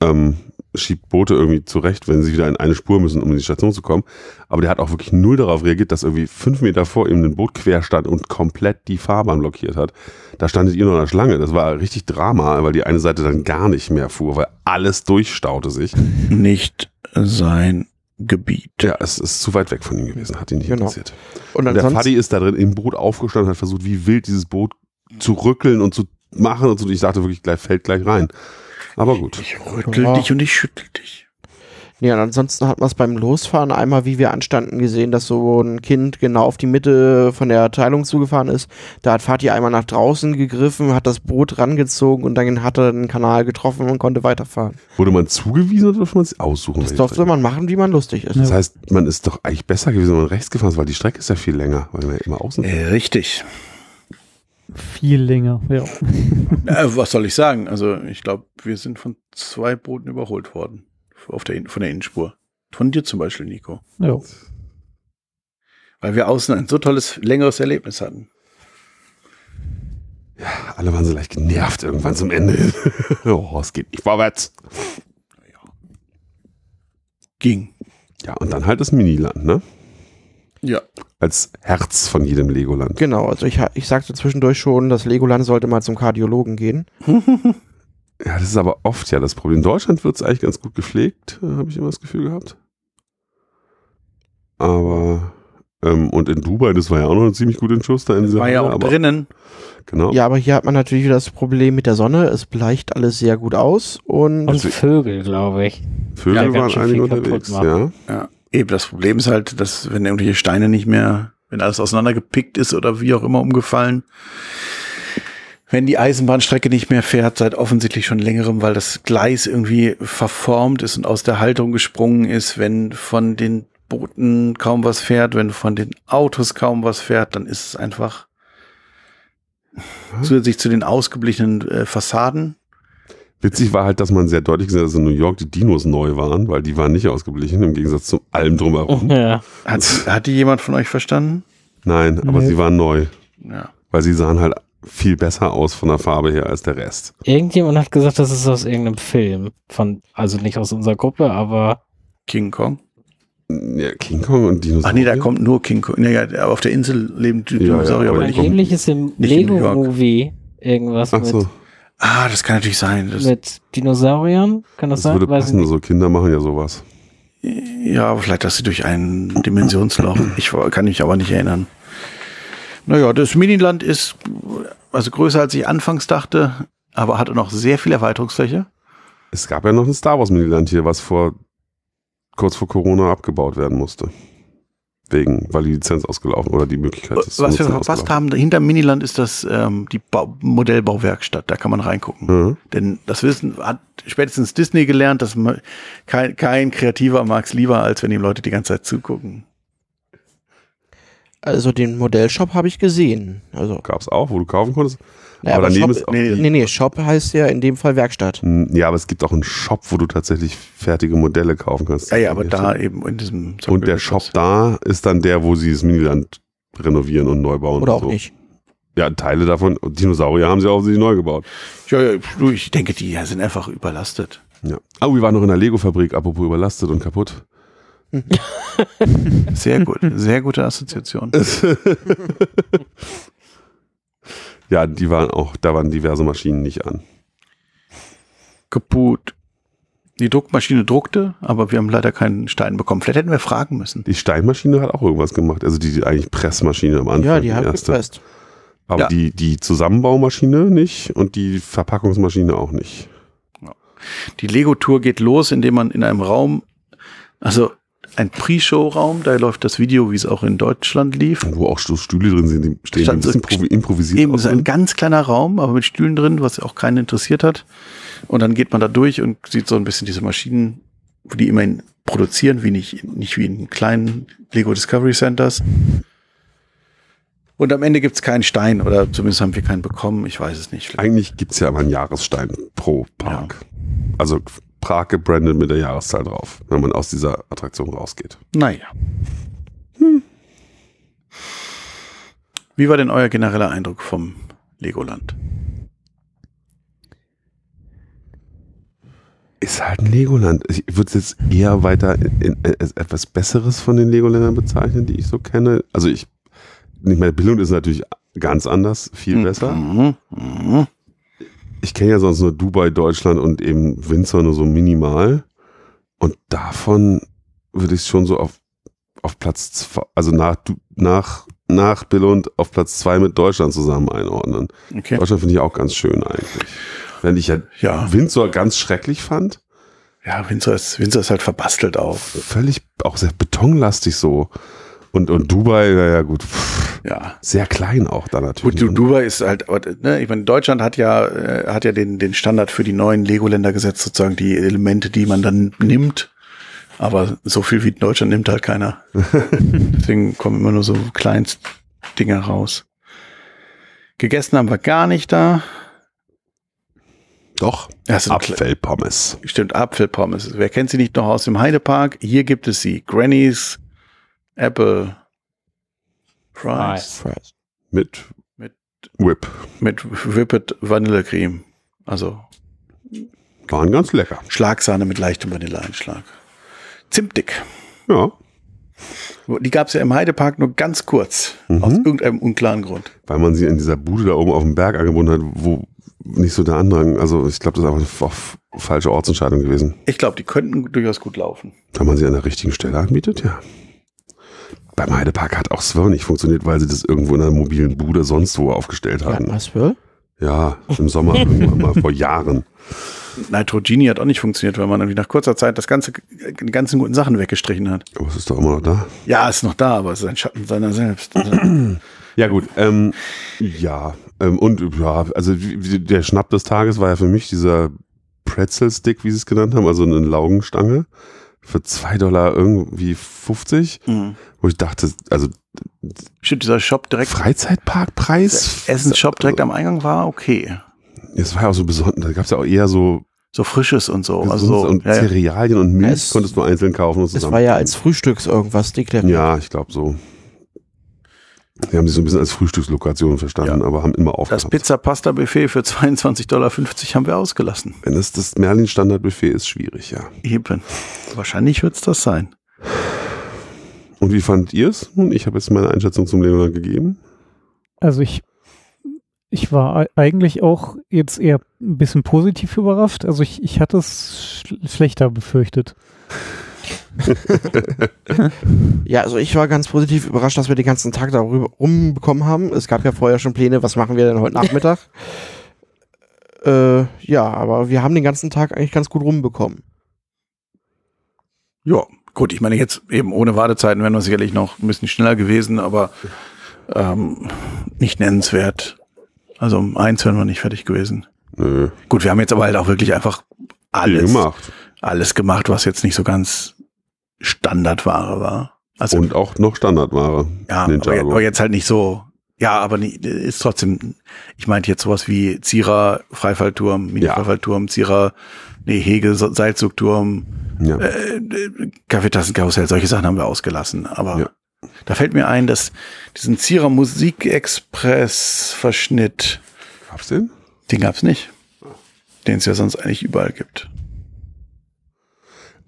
S2: ähm, schiebt Boote irgendwie zurecht, wenn sie wieder in eine Spur müssen, um in die Station zu kommen. Aber der hat auch wirklich null darauf reagiert, dass irgendwie fünf Meter vor ihm ein Boot quer stand und komplett die Fahrbahn blockiert hat. Da standet ihr noch in der Schlange. Das war richtig Drama, weil die eine Seite dann gar nicht mehr fuhr, weil alles durchstaute sich.
S1: nicht sein Gebiet.
S2: Ja, es ist zu weit weg von ihm gewesen, hat ihn nicht
S5: Genau.
S2: interessiert.
S5: und
S2: Und der
S5: ansonsten,
S2: Fadi ist da drin im Boot aufgestanden, hat versucht, wie wild dieses Boot zu rückeln und zu machen und so. Ich dachte wirklich, gleich fällt gleich rein. Aber gut.
S1: Ich rüttel
S5: Ja.
S1: dich und ich schüttel dich.
S5: nee, und ansonsten hat man es beim Losfahren einmal, wie wir anstanden, gesehen, dass so ein Kind genau auf die Mitte von der Teilung zugefahren ist. Da hat Fatih einmal nach draußen gegriffen, hat das Boot rangezogen und dann hat er den Kanal getroffen und konnte weiterfahren.
S2: Wurde man zugewiesen oder durfte man es aussuchen?
S5: Das durfte man machen, wie man lustig ist.
S2: Das heißt, man ist doch eigentlich besser gewesen, wenn man rechts gefahren ist, weil die Strecke ist ja viel länger, weil man ja immer außen.
S1: Äh, richtig.
S4: Viel länger, ja.
S1: Äh, was soll ich sagen? Also ich glaube, wir sind von zwei Booten überholt worden. Auf der, In- von der Innenspur. Von dir zum Beispiel, Nico.
S4: ja.
S1: Weil wir außen ein so tolles, längeres Erlebnis hatten.
S2: Alle waren so leicht genervt irgendwann zum Ende. hin. oh, es geht nicht vorwärts.
S1: Ging.
S2: Ja, und dann halt das Miniland, ne?
S1: Ja.
S2: Als Herz von jedem Legoland.
S5: Genau, also ich, ha- ich sagte zwischendurch schon, dass Legoland sollte mal zum Kardiologen gehen.
S2: Ja, das ist aber oft ja das Problem. In Deutschland wird es eigentlich ganz gut gepflegt, äh, habe ich immer das Gefühl gehabt. Aber, ähm, und in Dubai, das war ja auch noch ziemlich gut in Schuss da in dieser
S1: War ja
S2: Halle,
S1: auch
S2: aber,
S1: drinnen.
S2: Genau.
S5: Ja, aber hier hat man natürlich wieder das Problem mit der Sonne. Es bleicht alles sehr gut aus und
S3: Und Vögel, glaube ich.
S2: Vögel
S1: Ja, ganz
S2: waren
S3: schön
S2: einige
S3: viel kaputt
S2: unterwegs,
S3: machen.
S2: ja.
S1: Ja. Eben, das Problem ist halt, dass wenn irgendwelche Steine nicht mehr, wenn alles auseinandergepickt ist oder wie auch immer umgefallen, wenn die Eisenbahnstrecke nicht mehr fährt, seit offensichtlich schon längerem, weil das Gleis irgendwie verformt ist und aus der Haltung gesprungen ist, wenn von den Booten kaum was fährt, wenn von den Autos kaum was fährt, dann ist es einfach zusätzlich zu den ausgeblichenen äh, Fassaden.
S2: Witzig war halt, dass man sehr deutlich gesehen hat, dass in New York die Dinos neu waren, weil die waren nicht ausgeblichen, im Gegensatz zu allem
S1: Oh.
S2: drumherum.
S3: Ja.
S1: Hat, hat die jemand von euch verstanden?
S2: Nein, aber
S4: Nee.
S2: sie waren neu,
S1: Ja.
S2: weil sie sahen halt viel besser aus von der Farbe her als der Rest.
S3: Irgendjemand hat gesagt, das ist aus irgendeinem Film. Von, also nicht aus unserer Gruppe, aber
S1: King Kong.
S2: Ja, King Kong und Dinosaurier.
S1: Ach nee, da kommt nur King Kong. Naja, aber auf der Insel leben die
S2: Ja, ja,
S1: Dinosaurier.
S2: aber
S1: aber
S2: die
S1: nicht.
S2: kommen-
S3: angeblich ist im
S1: nicht in New York.
S3: Lego-Movie irgendwas
S2: Ach so,
S1: ah, das kann natürlich sein.
S3: mit,
S1: Das,
S3: mit Dinosauriern. Kann das,
S2: das
S3: sein?
S2: würde
S3: Weiß ich
S2: passen,
S3: nicht.
S2: so Kinder machen ja sowas.
S1: ja, aber vielleicht dass sie durch ein Dimensionsloch. Ich kann mich aber nicht erinnern. Naja, das Miniland ist also größer, als ich anfangs dachte, aber hatte noch sehr viel Erweiterungsfläche.
S2: Es gab ja noch ein Star Wars Miniland hier, was vor kurz vor Corona abgebaut werden musste. Wegen, weil die Lizenz ausgelaufen oder die Möglichkeit
S1: Äh,
S2: des
S1: Was wir
S2: Nutzens
S1: verpasst
S2: ausgelaufen.
S1: haben, hinter Miniland ist das ähm, die Bau Modellbauwerkstatt. Da kann man reingucken.
S2: Mhm.
S1: Denn das Wissen hat spätestens Disney gelernt, dass man, kein, kein Kreativer mag es lieber, als wenn ihm Leute die ganze Zeit zugucken.
S5: also den Modellshop habe ich gesehen. Also,
S2: Gab's auch, wo du kaufen konntest.
S5: Naja,
S2: aber
S5: aber
S2: daneben
S5: Shop-
S2: ist auch
S1: nee,
S5: nee, nee, Shop heißt ja in dem Fall Werkstatt.
S2: N- Ja, aber es gibt auch einen Shop, wo du tatsächlich fertige Modelle kaufen kannst.
S1: Ja, ja, aber da eben in diesem
S2: Und der Shop da ist dann der, wo sie das Miniland renovieren und neu bauen.
S5: Oder
S2: und
S5: auch
S2: so.
S5: nicht.
S2: Ja, Teile davon, Dinosaurier haben sie offensichtlich neu gebaut.
S1: Ja, ja, du, ich denke, die sind einfach überlastet.
S2: Ja. Ah, wir waren noch in der Lego-Fabrik, apropos überlastet und kaputt.
S1: Sehr gut, sehr gute Assoziation.
S2: Ja, die waren auch, da waren diverse Maschinen nicht an.
S1: Kaputt. Die Druckmaschine druckte, aber wir haben leider keinen Stein bekommen. Vielleicht hätten wir fragen müssen.
S2: Die Steinmaschine hat auch irgendwas gemacht, also die, die eigentlich Pressmaschine am Anfang.
S5: ja, die haben
S2: erste.
S5: gepresst.
S2: Aber
S1: Ja.
S2: die, die Zusammenbaumaschine nicht und die Verpackungsmaschine auch nicht.
S1: Die Lego-Tour geht los, indem man in einem Raum, also ein Pre-Show-Raum, da läuft das Video, wie es auch in Deutschland lief.
S2: Wo auch so Stühle drin sind, die stehen die ein
S1: Stand so-
S2: bisschen provi- improvisiert.
S1: Eben so
S2: aussehen.
S1: ein ganz kleiner Raum, aber mit Stühlen drin, was auch keinen interessiert hat. Und dann geht man da durch und sieht so ein bisschen diese Maschinen, die immerhin produzieren, wie nicht, nicht wie in kleinen Lego Discovery Centers. Und am Ende gibt's keinen Stein oder zumindest haben wir keinen bekommen. Ich weiß es nicht. Vielleicht-
S2: Eigentlich gibt es ja immer einen Jahresstein pro Park. Also Prag gebrandet mit der Jahreszahl drauf, wenn man aus dieser Attraktion rausgeht.
S1: Naja. Wie war denn euer genereller Eindruck vom Legoland?
S2: Ist halt ein Legoland. Ich würde es jetzt eher weiter in, in, äh, als etwas Besseres von den Legoländern bezeichnen, die ich so kenne. Also ich, nicht meine Bildung ist natürlich ganz anders, viel besser.
S1: Mhm. Mhm.
S2: ich kenne ja sonst nur Dubai, Deutschland und eben Windsor nur so minimal. Und davon würde ich schon so auf, auf Platz zwei, also nach, Du- nach, nach Billund auf Platz zwei mit Deutschland zusammen einordnen.
S1: Okay.
S2: Deutschland finde ich auch ganz schön eigentlich. Wenn ich ja
S1: Ja,
S2: Windsor ganz schrecklich fand,
S1: ja Windsor, ist, Windsor ist halt verbastelt auch.
S2: völlig auch sehr betonlastig so. Und, und Dubai, naja, gut, pff,
S1: Ja.
S2: sehr klein auch da natürlich.
S1: Gut, du, Dubai ist halt, aber, ne, ich meine, Deutschland hat ja, äh, hat ja den, den Standard für die neuen Legoländer gesetzt, sozusagen die Elemente, die man dann nimmt. Aber so viel wie in Deutschland nimmt halt keiner. Deswegen kommen immer nur so Kleinstdinger raus. Gegessen haben wir gar nicht da.
S2: Doch,
S1: Also,
S2: Apfelpommes.
S1: Stimmt, Apfelpommes. Wer kennt sie nicht noch aus dem Heidepark? Hier gibt es sie. Grannies, Apple, Fries
S5: Fries.
S2: Mit,
S1: Mit-
S2: Whip.
S1: mit Whippet Vanillecreme. Also
S2: Waren ganz lecker.
S1: Schlagsahne mit leichtem Vanilleeinschlag. Zimtdick.
S2: Ja.
S1: Die gab es ja im Heidepark nur ganz kurz.
S2: Mhm.
S1: Aus irgendeinem unklaren Grund.
S2: weil man sie in dieser Bude da oben auf dem Berg angebunden hat, wo nicht so der Andrang, also ich glaube, das ist einfach eine fa- f- falsche Ortsentscheidung gewesen.
S1: Ich glaube, die könnten durchaus gut laufen.
S2: Wenn man sie an der richtigen Stelle anbietet, ja. Beim Heidepark hat auch Swirl nicht funktioniert, weil sie das irgendwo in einer mobilen Bude sonst wo aufgestellt
S5: Ja,
S2: hatten.
S5: was will?
S2: Ja, im Sommer irgendwann mal vor Jahren.
S1: Nitrogeni hat auch nicht funktioniert, weil man irgendwie nach kurzer Zeit das ganze, die ganzen guten Sachen weggestrichen hat.
S2: Aber es ist doch immer noch da.
S1: Ja, ist noch da, aber es ist ein Schatten seiner selbst. Also,
S2: Ja gut, ähm, ja ähm, und ja, also wie- wie- der Schnapp des Tages war ja für mich dieser Pretzel-Stick, wie sie es genannt haben, also eine Laugenstange für 2 Dollar irgendwie 50.
S1: Mhm.
S2: wo ich dachte, also
S1: Stimmt, dieser Shop direkt
S2: Freizeitparkpreis?
S1: Essensshop direkt am Eingang war okay.
S2: Es war ja auch so besonders, da gab es ja auch eher so
S1: So frisches und so. Also
S2: Gesundes
S1: so,
S2: und
S1: ja, ja.
S2: Cerealien und Milch
S5: Es-
S2: konntest du einzeln kaufen und
S5: Es
S2: zusammen.
S5: war ja als Frühstücks irgendwas deklariert.
S2: ja, ich glaube so. Die haben sich so ein bisschen als Frühstückslokation verstanden, aber haben immer
S1: Das
S2: aufgehört.
S1: Pizza-Pasta-Buffet für 22,50 Dollar haben wir ausgelassen.
S2: Wenn es das Merlin-Standardbuffet ist, schwierig, ja.
S1: Eben. Wahrscheinlich wird's das sein.
S2: Und wie fandet ihr es? Nun, ich habe jetzt meine Einschätzung zum Leonard gegeben.
S4: Also ich, ich war ei- eigentlich auch jetzt eher ein bisschen positiv überrascht. Also ich, ich hatte es schl schlechter befürchtet.
S5: Ja, also ich war ganz positiv überrascht, dass wir den ganzen Tag darüber rumbekommen haben. Es gab ja vorher schon Pläne, was machen wir denn heute Nachmittag? äh, ja, aber wir haben den ganzen Tag eigentlich ganz gut rumbekommen.
S1: Ja, gut, ich meine, jetzt eben ohne Wartezeiten wären wir sicherlich noch ein bisschen schneller gewesen, aber ähm, nicht nennenswert. Also um eins wären wir nicht fertig gewesen.
S2: Nö,
S1: Gut, wir haben jetzt aber halt auch wirklich einfach
S2: viel
S1: alles,
S2: gemacht.
S1: alles gemacht, was jetzt nicht so ganz Standardware war. Also
S2: Und auch noch Standardware.
S1: Ja,
S2: Ninja
S1: aber, je-
S2: Arrow.
S1: aber jetzt halt nicht so. Ja, aber nie, ist trotzdem, ich meinte jetzt sowas wie Zierer, Freifallturm, Mini-Freifallturm, Zierer, nee, Hege, So- Seilzugturm,
S2: Ja.
S1: äh, äh, Kaffeetassenkarussell, solche Sachen haben wir ausgelassen. Aber
S2: Ja.
S1: Da fällt mir ein, dass diesen Zierer Musikexpress-Verschnitt,
S2: Gab's den?
S1: den gab's nicht. Den es ja sonst eigentlich überall gibt.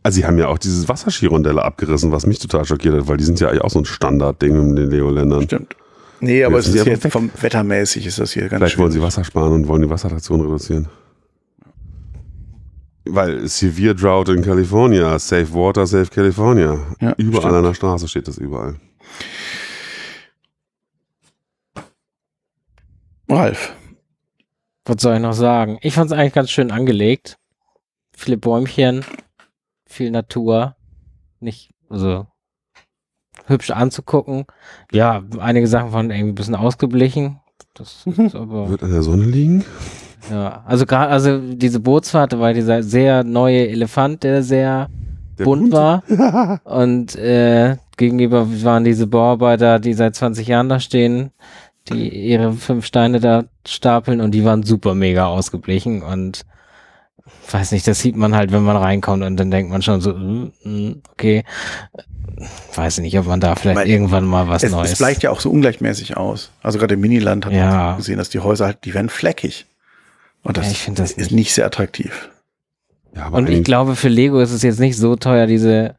S2: Also, sie haben ja auch dieses Wasserskirondelle abgerissen, was mich total schockiert hat, weil die sind ja eigentlich auch so ein Standardding mit den Leoländern.
S1: Stimmt. Nee, aber
S2: Jetzt
S1: es
S2: sind
S1: ist
S2: sie aber
S1: hier
S2: weg.
S1: vom wettermäßig ist das hier ganz
S2: Vielleicht
S1: schön.
S2: wollen sie Wasser sparen und wollen die Wasserration reduzieren. Weil Severe Drought in California, Safe Water, Safe California.
S1: Ja,
S2: überall
S1: stimmt.
S2: an der Straße steht das überall.
S1: Ralf.
S3: Was soll ich noch sagen? Ich fand es eigentlich ganz schön angelegt. Viele Bäumchen, viel Natur. Nicht, also hübsch anzugucken. Ja, einige Sachen waren irgendwie ein bisschen ausgeblichen. Das ist aber,
S2: Wird an der Sonne liegen?
S3: ja. Also gerade, also diese Bootsfahrt, da war dieser sehr neue Elefant, der sehr
S2: Der
S3: bunt
S2: Hund?
S3: war. Und äh, gegenüber waren diese Bauarbeiter, die seit 20 Jahren da stehen, die ihre fünf Steine da stapeln und die waren super mega ausgeblichen und weiß nicht, das sieht man halt, wenn man reinkommt und dann denkt man schon so, mm, mm, okay, weiß nicht, ob man da vielleicht
S1: Weil
S3: irgendwann mal was
S1: Es,
S3: Neues.
S1: es bleicht ja auch so ungleichmäßig aus. Also gerade im Miniland hat
S3: Ja.
S1: man gesehen, dass die Häuser halt, die werden fleckig. Und das
S3: Ja, ich find das
S1: ist nicht sehr attraktiv.
S2: Ja, aber
S3: und ich
S2: eigentlich-
S3: glaube, für Lego ist es jetzt nicht so teuer, diese,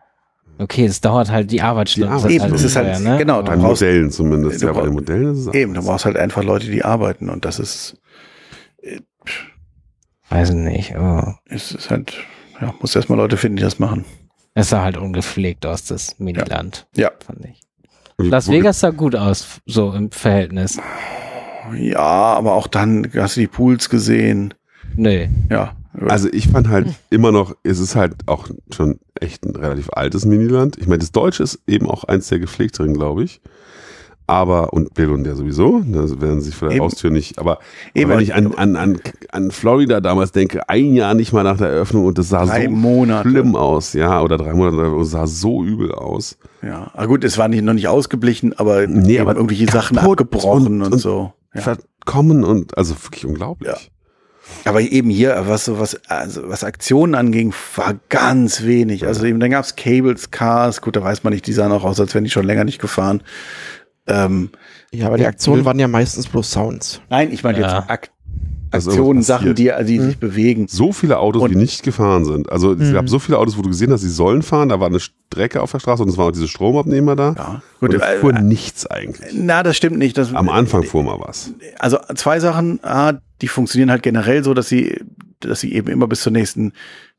S3: okay, es dauert halt ne? die Arbeitsstunden.
S2: Die Eben, es ist
S1: halt- genau,
S2: Bei
S1: Du brauchst-
S2: Modellen zumindest.
S1: Äh, Du
S2: Ja, bei den
S1: brauchst-
S2: Modellen ist es
S1: Eben, du brauchst halt einfach Leute, die arbeiten. Und das ist,
S3: Weiß nicht, oh. aber
S1: ist, ist halt, ja, musst erstmal Leute finden, die das machen.
S3: es sah halt ungepflegt aus, das Miniland.
S1: Ja.
S3: fand ich.
S2: Wie-
S3: Las
S2: wo-
S3: Vegas sah gut aus, so im Verhältnis.
S1: Ja, aber auch dann hast du die Pools gesehen.
S3: Nö.
S1: Ja.
S2: Also ich fand halt immer noch, es ist halt auch schon echt ein relativ altes Miniland. Ich meine, das Deutsche ist eben auch eins der gepflegteren, glaube ich. Aber, und Bill und der sowieso, da werden sich vor der
S1: Eben.
S2: Haustür nicht, aber
S1: Eben,
S2: wenn ich an, an, an, an Florida damals denke, ein Jahr nicht mal nach der Eröffnung und das sah
S1: drei
S2: so
S1: Monate.
S2: schlimm aus, ja, oder drei Monate, und es sah so übel aus.
S1: Ja. Ah, gut, es war nicht, noch nicht ausgeblichen, aber,
S2: Nee,
S1: eben
S2: aber
S1: irgendwelche Sachen
S2: kaputt
S1: abgebrochen
S2: und-
S1: und,
S2: und-
S1: so. Ja.
S2: Verkommen und, also wirklich unglaublich.
S1: Ja. Aber eben hier, was so was, also was Aktionen anging, war ganz wenig. Also eben, dann gab's Cables, Cars, gut, da weiß man nicht, die sahen auch aus, als wären die schon länger nicht gefahren. Ähm,
S5: Ja, aber die Aktionen waren ja meistens bloß Sounds.
S1: nein, ich meine
S3: Ja.
S1: jetzt Ak
S2: Also
S1: Aktionen,
S2: irgendwas Mhm.
S1: Sachen, die, die sich bewegen.
S2: so viele Autos,
S1: Und- Mhm.
S2: die nicht gefahren sind. Also es gab so viele Autos, wo du gesehen hast, sie sollen fahren. Da war eine Strecke auf der Straße und es waren auch diese Stromabnehmer da.
S1: Ja,
S2: Gut,
S1: gut,
S2: und es
S1: äh,
S2: fuhr nichts eigentlich.
S1: na, das stimmt nicht. Das,
S2: Am Anfang fuhr mal was.
S1: also zwei Sachen, A, die funktionieren halt generell so, dass sie, dass sie eben immer bis zur nächsten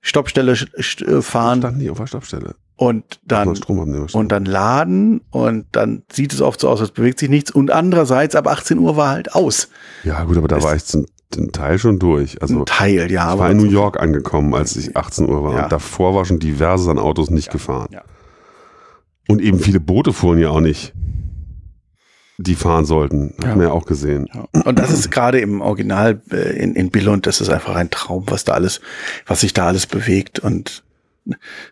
S1: Stoppstelle sch- sch- fahren
S2: Standen die auf der Stoppstelle.
S1: und
S2: Auf einer
S1: dann
S2: Stromabnehmer
S1: und dann laden und dann sieht es oft so aus, als bewegt sich nichts. Und andererseits ab 18 Uhr war halt aus.
S2: ja gut, aber da war ich zum, zum Teil schon durch. Also
S1: Ein Teil, ja.
S2: ich
S1: Aber
S2: war in New York angekommen, als ich 18 Uhr war.
S1: Ja.
S2: Und davor war schon diverses an Autos nicht gefahren.
S1: ja.
S2: Und eben viele Boote fuhren ja auch nicht, die fahren sollten. Hat
S1: Ja.
S2: man ja auch gesehen.
S1: Ja. Und das ist gerade im Original äh, in, in Billund, das ist einfach ein Traum, was da alles, was sich da alles bewegt. Und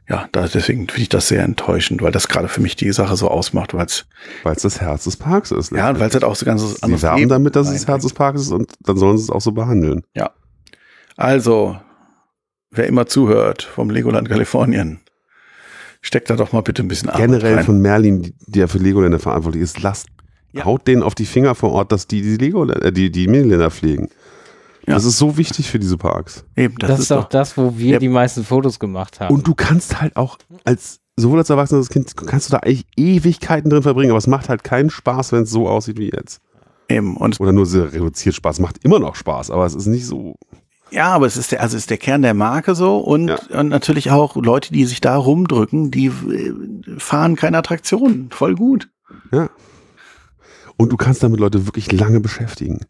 S1: ja, da, deswegen finde ich das sehr enttäuschend, weil das gerade für mich die Sache so ausmacht, weil es,
S2: Weil es das Herz des Parks ist.
S1: ja, und weil es halt auch so ganz was
S2: Sie
S1: anderes
S2: werben
S1: Leben
S2: damit, dass es das
S1: reinbringt.
S2: Herz des Parks ist und dann sollen sie es auch so behandeln.
S1: Also, wer immer zuhört vom Legoland Kalifornien, steckt da doch mal bitte ein bisschen Arbeit
S2: Generell
S1: rein.
S2: von Merlin, die- die ja für Legoländer verantwortlich ist, lasst,
S1: Ja.
S2: haut denen auf die Finger vor Ort, dass die die, Legoländer, äh, die, die Miniländer pflegen.
S1: Ja.
S2: Das ist so wichtig für diese Parks.
S1: Eben,
S3: Das, ist doch das, wo wir
S1: Ja.
S3: die meisten Fotos gemacht haben.
S2: Und du kannst halt auch als sowohl als erwachsenes Kind kannst du da eigentlich Ewigkeiten drin verbringen, aber es macht halt keinen Spaß, wenn es so aussieht wie jetzt.
S1: eben. Und
S2: Oder nur sehr reduziert Spaß. Macht immer noch Spaß, aber es ist nicht so.
S1: Ja, aber es ist der, also es ist der Kern der Marke so und,
S2: Ja.
S1: und natürlich auch Leute, die sich da rumdrücken, die äh, fahren keine Attraktionen. Voll gut.
S2: Und du kannst damit Leute wirklich lange beschäftigen.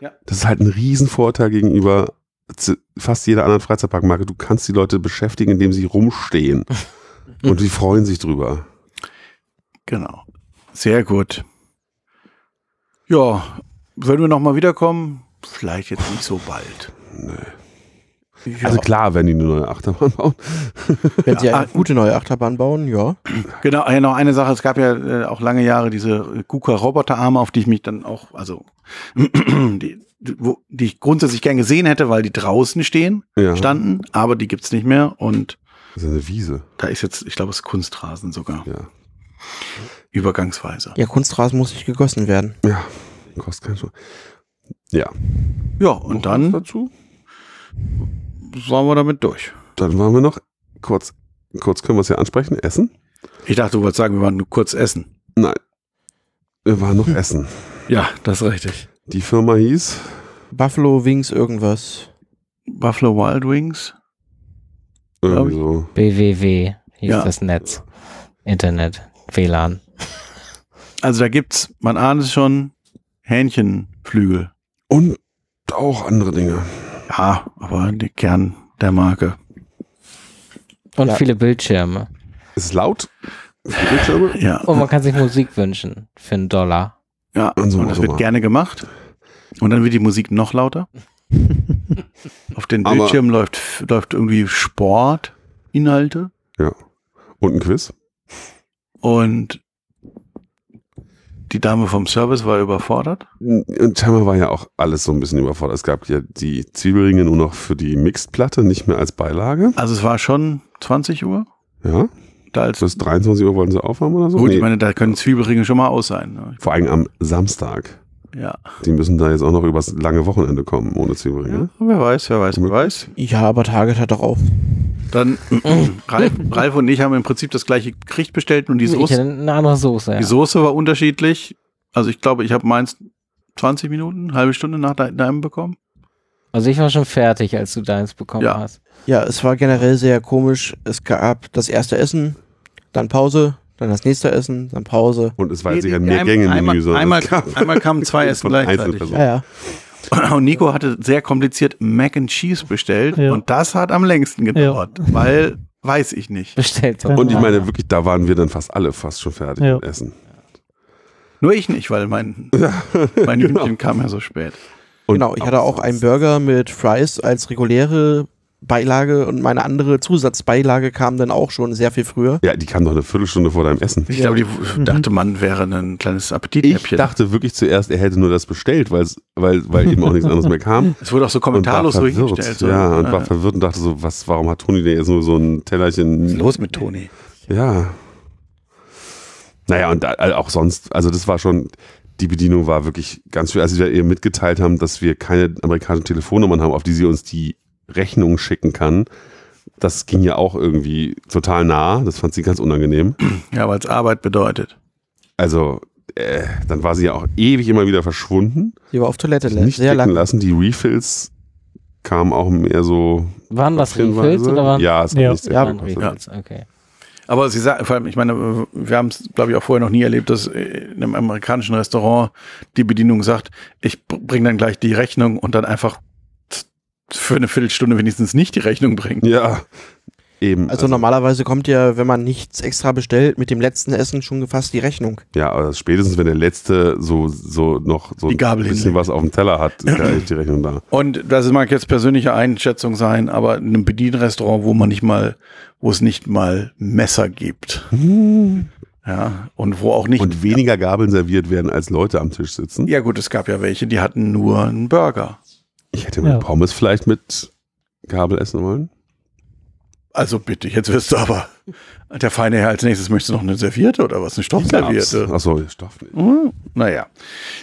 S1: Ja.
S2: Das ist halt ein Riesenvorteil gegenüber z- fast jeder anderen Freizeitparkmarke. Du kannst die Leute beschäftigen, indem sie rumstehen. Und die freuen sich drüber.
S1: Genau. Sehr gut. Ja, würden wir nochmal wiederkommen? Vielleicht jetzt nicht so bald. Nö. Ja,
S2: Also klar, wenn die eine neue Achterbahn bauen.
S5: Wenn sie
S1: Ja,
S5: eine
S1: ah,
S5: gute neue Achterbahn bauen, ja.
S1: genau, ja, noch eine Sache, es gab ja äh, auch lange Jahre diese äh, KUKA-Roboterarme, auf die ich mich dann auch, also die, wo, die ich grundsätzlich gern gesehen hätte, weil die draußen stehen,
S2: Ja.
S1: standen, aber die gibt's nicht mehr und
S2: Das ist eine Wiese.
S1: Da ist jetzt, ich glaube, es ist Kunstrasen sogar.
S2: Ja.
S1: übergangsweise.
S5: Ja, Kunstrasen muss nicht gegossen werden.
S2: Ja, kostet keinen Spaß. Ja.
S1: Ja,
S2: Noch
S1: und
S2: was
S1: dann
S2: dazu?
S1: waren Oh, wir damit durch.
S2: Dann waren wir noch kurz, kurz können wir es ja ansprechen, essen.
S1: Ich dachte, du wolltest sagen, wir waren nur kurz essen.
S2: Wir waren
S1: Hm.
S2: noch essen.
S1: Ja, das ist richtig.
S2: Die Firma hieß
S5: Buffalo Wings irgendwas.
S1: Buffalo Wild Wings. Glaub
S2: irgendwie
S1: ich.
S2: so.
S3: BWW hieß
S1: Ja.
S3: das Netz. Internet, WLAN.
S1: Also da gibt's, man ahnt es schon, Hähnchenflügel.
S2: Und auch andere Dinge.
S1: Ja, aber der Kern der Marke.
S3: Und
S5: Ja.
S3: viele Bildschirme.
S2: Es ist laut. Es gibt Bildschirme.
S1: Ja.
S3: Und man kann sich Musik wünschen für einen Dollar.
S1: Ja,
S2: Und so,
S1: und das
S2: so
S1: wird
S2: mal.
S1: gerne gemacht. Und dann wird die Musik noch lauter. Auf den
S2: Aber-
S1: Bildschirmen läuft, läuft irgendwie Sportinhalte
S2: Und ein Quiz.
S1: und die Dame vom Service war überfordert.
S2: Und scheinbar war ja auch alles so ein bisschen überfordert. Es gab ja die Zwiebelringe nur noch für die Mixed-Platte, nicht mehr als Beilage.
S1: Also es war schon 20 Uhr.
S2: Ja.
S1: Da als,
S2: Bis 23 Uhr wollten sie aufhaben oder so.
S1: gut,
S2: Nee,
S1: ich meine, da können Zwiebelringe schon mal aus sein. Ne?
S2: vor allem am Samstag.
S1: Ja.
S2: Die müssen da jetzt auch noch übers lange Wochenende kommen, ohne
S1: ja,
S2: Zwiebelringe.
S1: wer weiß, wer weiß, wer weiß.
S5: Ja, aber Target hat doch auf.
S1: Dann Ralf, Ralf und ich haben im Prinzip das gleiche Gericht bestellt und die
S3: Ich
S1: Soße,
S3: hätte eine andere Soße. Ja.
S1: die Soße war unterschiedlich. Also ich glaube, ich habe meins 20 Minuten, halbe Stunde nach de- deinem bekommen.
S3: Also ich war schon fertig, als du deins bekommen
S1: Ja.
S3: hast.
S5: Ja, es war generell sehr komisch. Es gab das erste Essen, dann Pause, dann das nächste Essen, dann Pause.
S2: Und es war jetzt
S1: Nee,
S2: nicht ein
S1: nee, ein-
S2: Mehrgänge-Menü,
S1: einmal-
S2: sondern
S1: einmal-
S2: es gab
S1: einmal kamen zwei Essen
S2: von
S1: gleichzeitig.
S2: Einzelpersonen.
S5: Ja, ja.
S1: Und Nico hatte sehr kompliziert Mac and Cheese bestellt
S4: Ja.
S1: und das hat am längsten gedauert, weil weiß ich nicht.
S3: Bestellt.
S4: Und
S2: Und ich
S4: Ja.
S2: meine, wirklich, da waren wir dann fast alle fast schon fertig
S4: Ja.
S2: mit Essen.
S1: Nur ich nicht, weil mein, mein
S2: Genau.
S1: Hühnchen kam ja so spät.
S2: Und
S5: genau, ich hatte auch einen Burger mit Fries als reguläre Beilage und meine andere Zusatzbeilage kam dann auch schon sehr viel früher.
S2: Ja, die kam doch eine Viertelstunde vor deinem Essen.
S1: Ich glaube, die w- dachte, man wäre ein kleines
S2: Ich
S1: Appetithäppchen.
S2: dachte wirklich zuerst, er hätte nur das bestellt, weil's, weil, weil eben auch nichts anderes mehr kam.
S1: Es wurde auch so
S2: Und war
S1: kommentarlos so hingestellt.
S2: verwirrt.
S1: So,
S2: Ja, und
S1: äh,
S2: war verwirrt und dachte so, was, warum hat Toni denn jetzt nur so ein
S1: was ist
S2: Tellerchen?
S1: los mit Toni?
S2: Ja. Naja, und da, also auch sonst, also das war schon, die Bedienung war wirklich ganz schön, als wir ihr mitgeteilt haben, dass wir keine amerikanischen Telefonnummern haben, auf die sie uns die Rechnung schicken kann. Das ging ja auch irgendwie total nah. Das fand sie ganz unangenehm.
S1: Ja, weil es Arbeit bedeutet.
S2: Also, äh, dann war sie ja auch ewig immer wieder verschwunden.
S5: Sie war auf Toilette ne?
S2: Sich Nicht
S5: sehr
S2: blicken
S5: lang.
S2: lassen. Die Refills kamen auch mehr so.
S3: Waren das Refills oder waren
S2: Ja, es hat
S4: Ja.
S2: nichts
S5: Ja,
S2: gekostet.
S3: waren Refills? Okay.
S1: Aber sie sagt, vor allem, ich meine, wir haben es, glaube ich, auch vorher noch nie erlebt, dass äh, in einem amerikanischen Restaurant die Bedienung sagt, ich br- bring dann gleich die Rechnung und dann einfach t- für eine Viertelstunde wenigstens nicht die Rechnung bringt.
S2: Ja, eben.
S5: Also normalerweise kommt ja, wenn man nichts extra bestellt, mit dem letzten Essen schon gefasst die Rechnung.
S2: Ja, aber spätestens wenn der letzte so, so noch so
S1: Die Gabel
S2: ein bisschen
S1: hinlegt.
S2: was auf dem Teller hat, ist gleich die Rechnung da.
S1: Und das mag jetzt persönliche Einschätzung sein, aber in einem Bedienrestaurant, wo man nicht mal, wo es nicht mal Messer gibt. Ja, und wo auch nicht.
S2: Und weniger Gabeln serviert werden, als Leute am Tisch sitzen.
S1: ja gut, es gab ja welche, die hatten nur einen Burger.
S2: Ich hätte mal
S4: Ja.
S2: Pommes vielleicht mit Gabel essen wollen.
S1: Also bitte, jetzt wirst du aber. Der feine Herr als nächstes möchte noch eine Serviette oder was? Eine Stoffserviette?
S2: Achso, Stoff nicht.
S1: Hm, naja.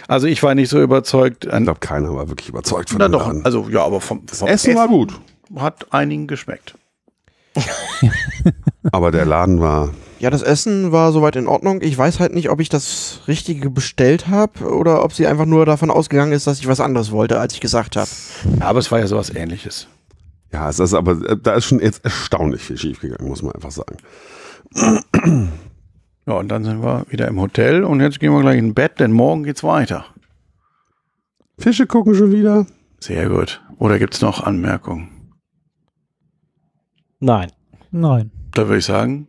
S1: Also ich war nicht so überzeugt.
S2: Ich
S1: An,
S2: glaube, keiner war wirklich überzeugt von
S1: na
S2: dem
S1: doch,
S2: Laden.
S1: also ja, aber vom, vom
S2: Essen war gut,
S1: hat einigen geschmeckt.
S2: aber der Laden war
S5: Ja, das Essen war soweit in Ordnung. Ich weiß halt nicht, ob ich das Richtige bestellt habe oder ob sie einfach nur davon ausgegangen ist, dass ich was anderes wollte, als ich gesagt habe.
S1: Ja, aber es war ja sowas ähnliches.
S2: Ja, es ist aber, äh, da ist schon jetzt erstaunlich viel schiefgegangen, muss man einfach sagen.
S1: Ja, und dann sind wir wieder im Hotel und jetzt gehen wir gleich in Bett, denn morgen geht's weiter.
S2: Fische gucken schon wieder.
S1: Sehr gut. Oder gibt's noch Anmerkungen?
S3: Nein.
S4: Nein.
S1: Da würde ich sagen,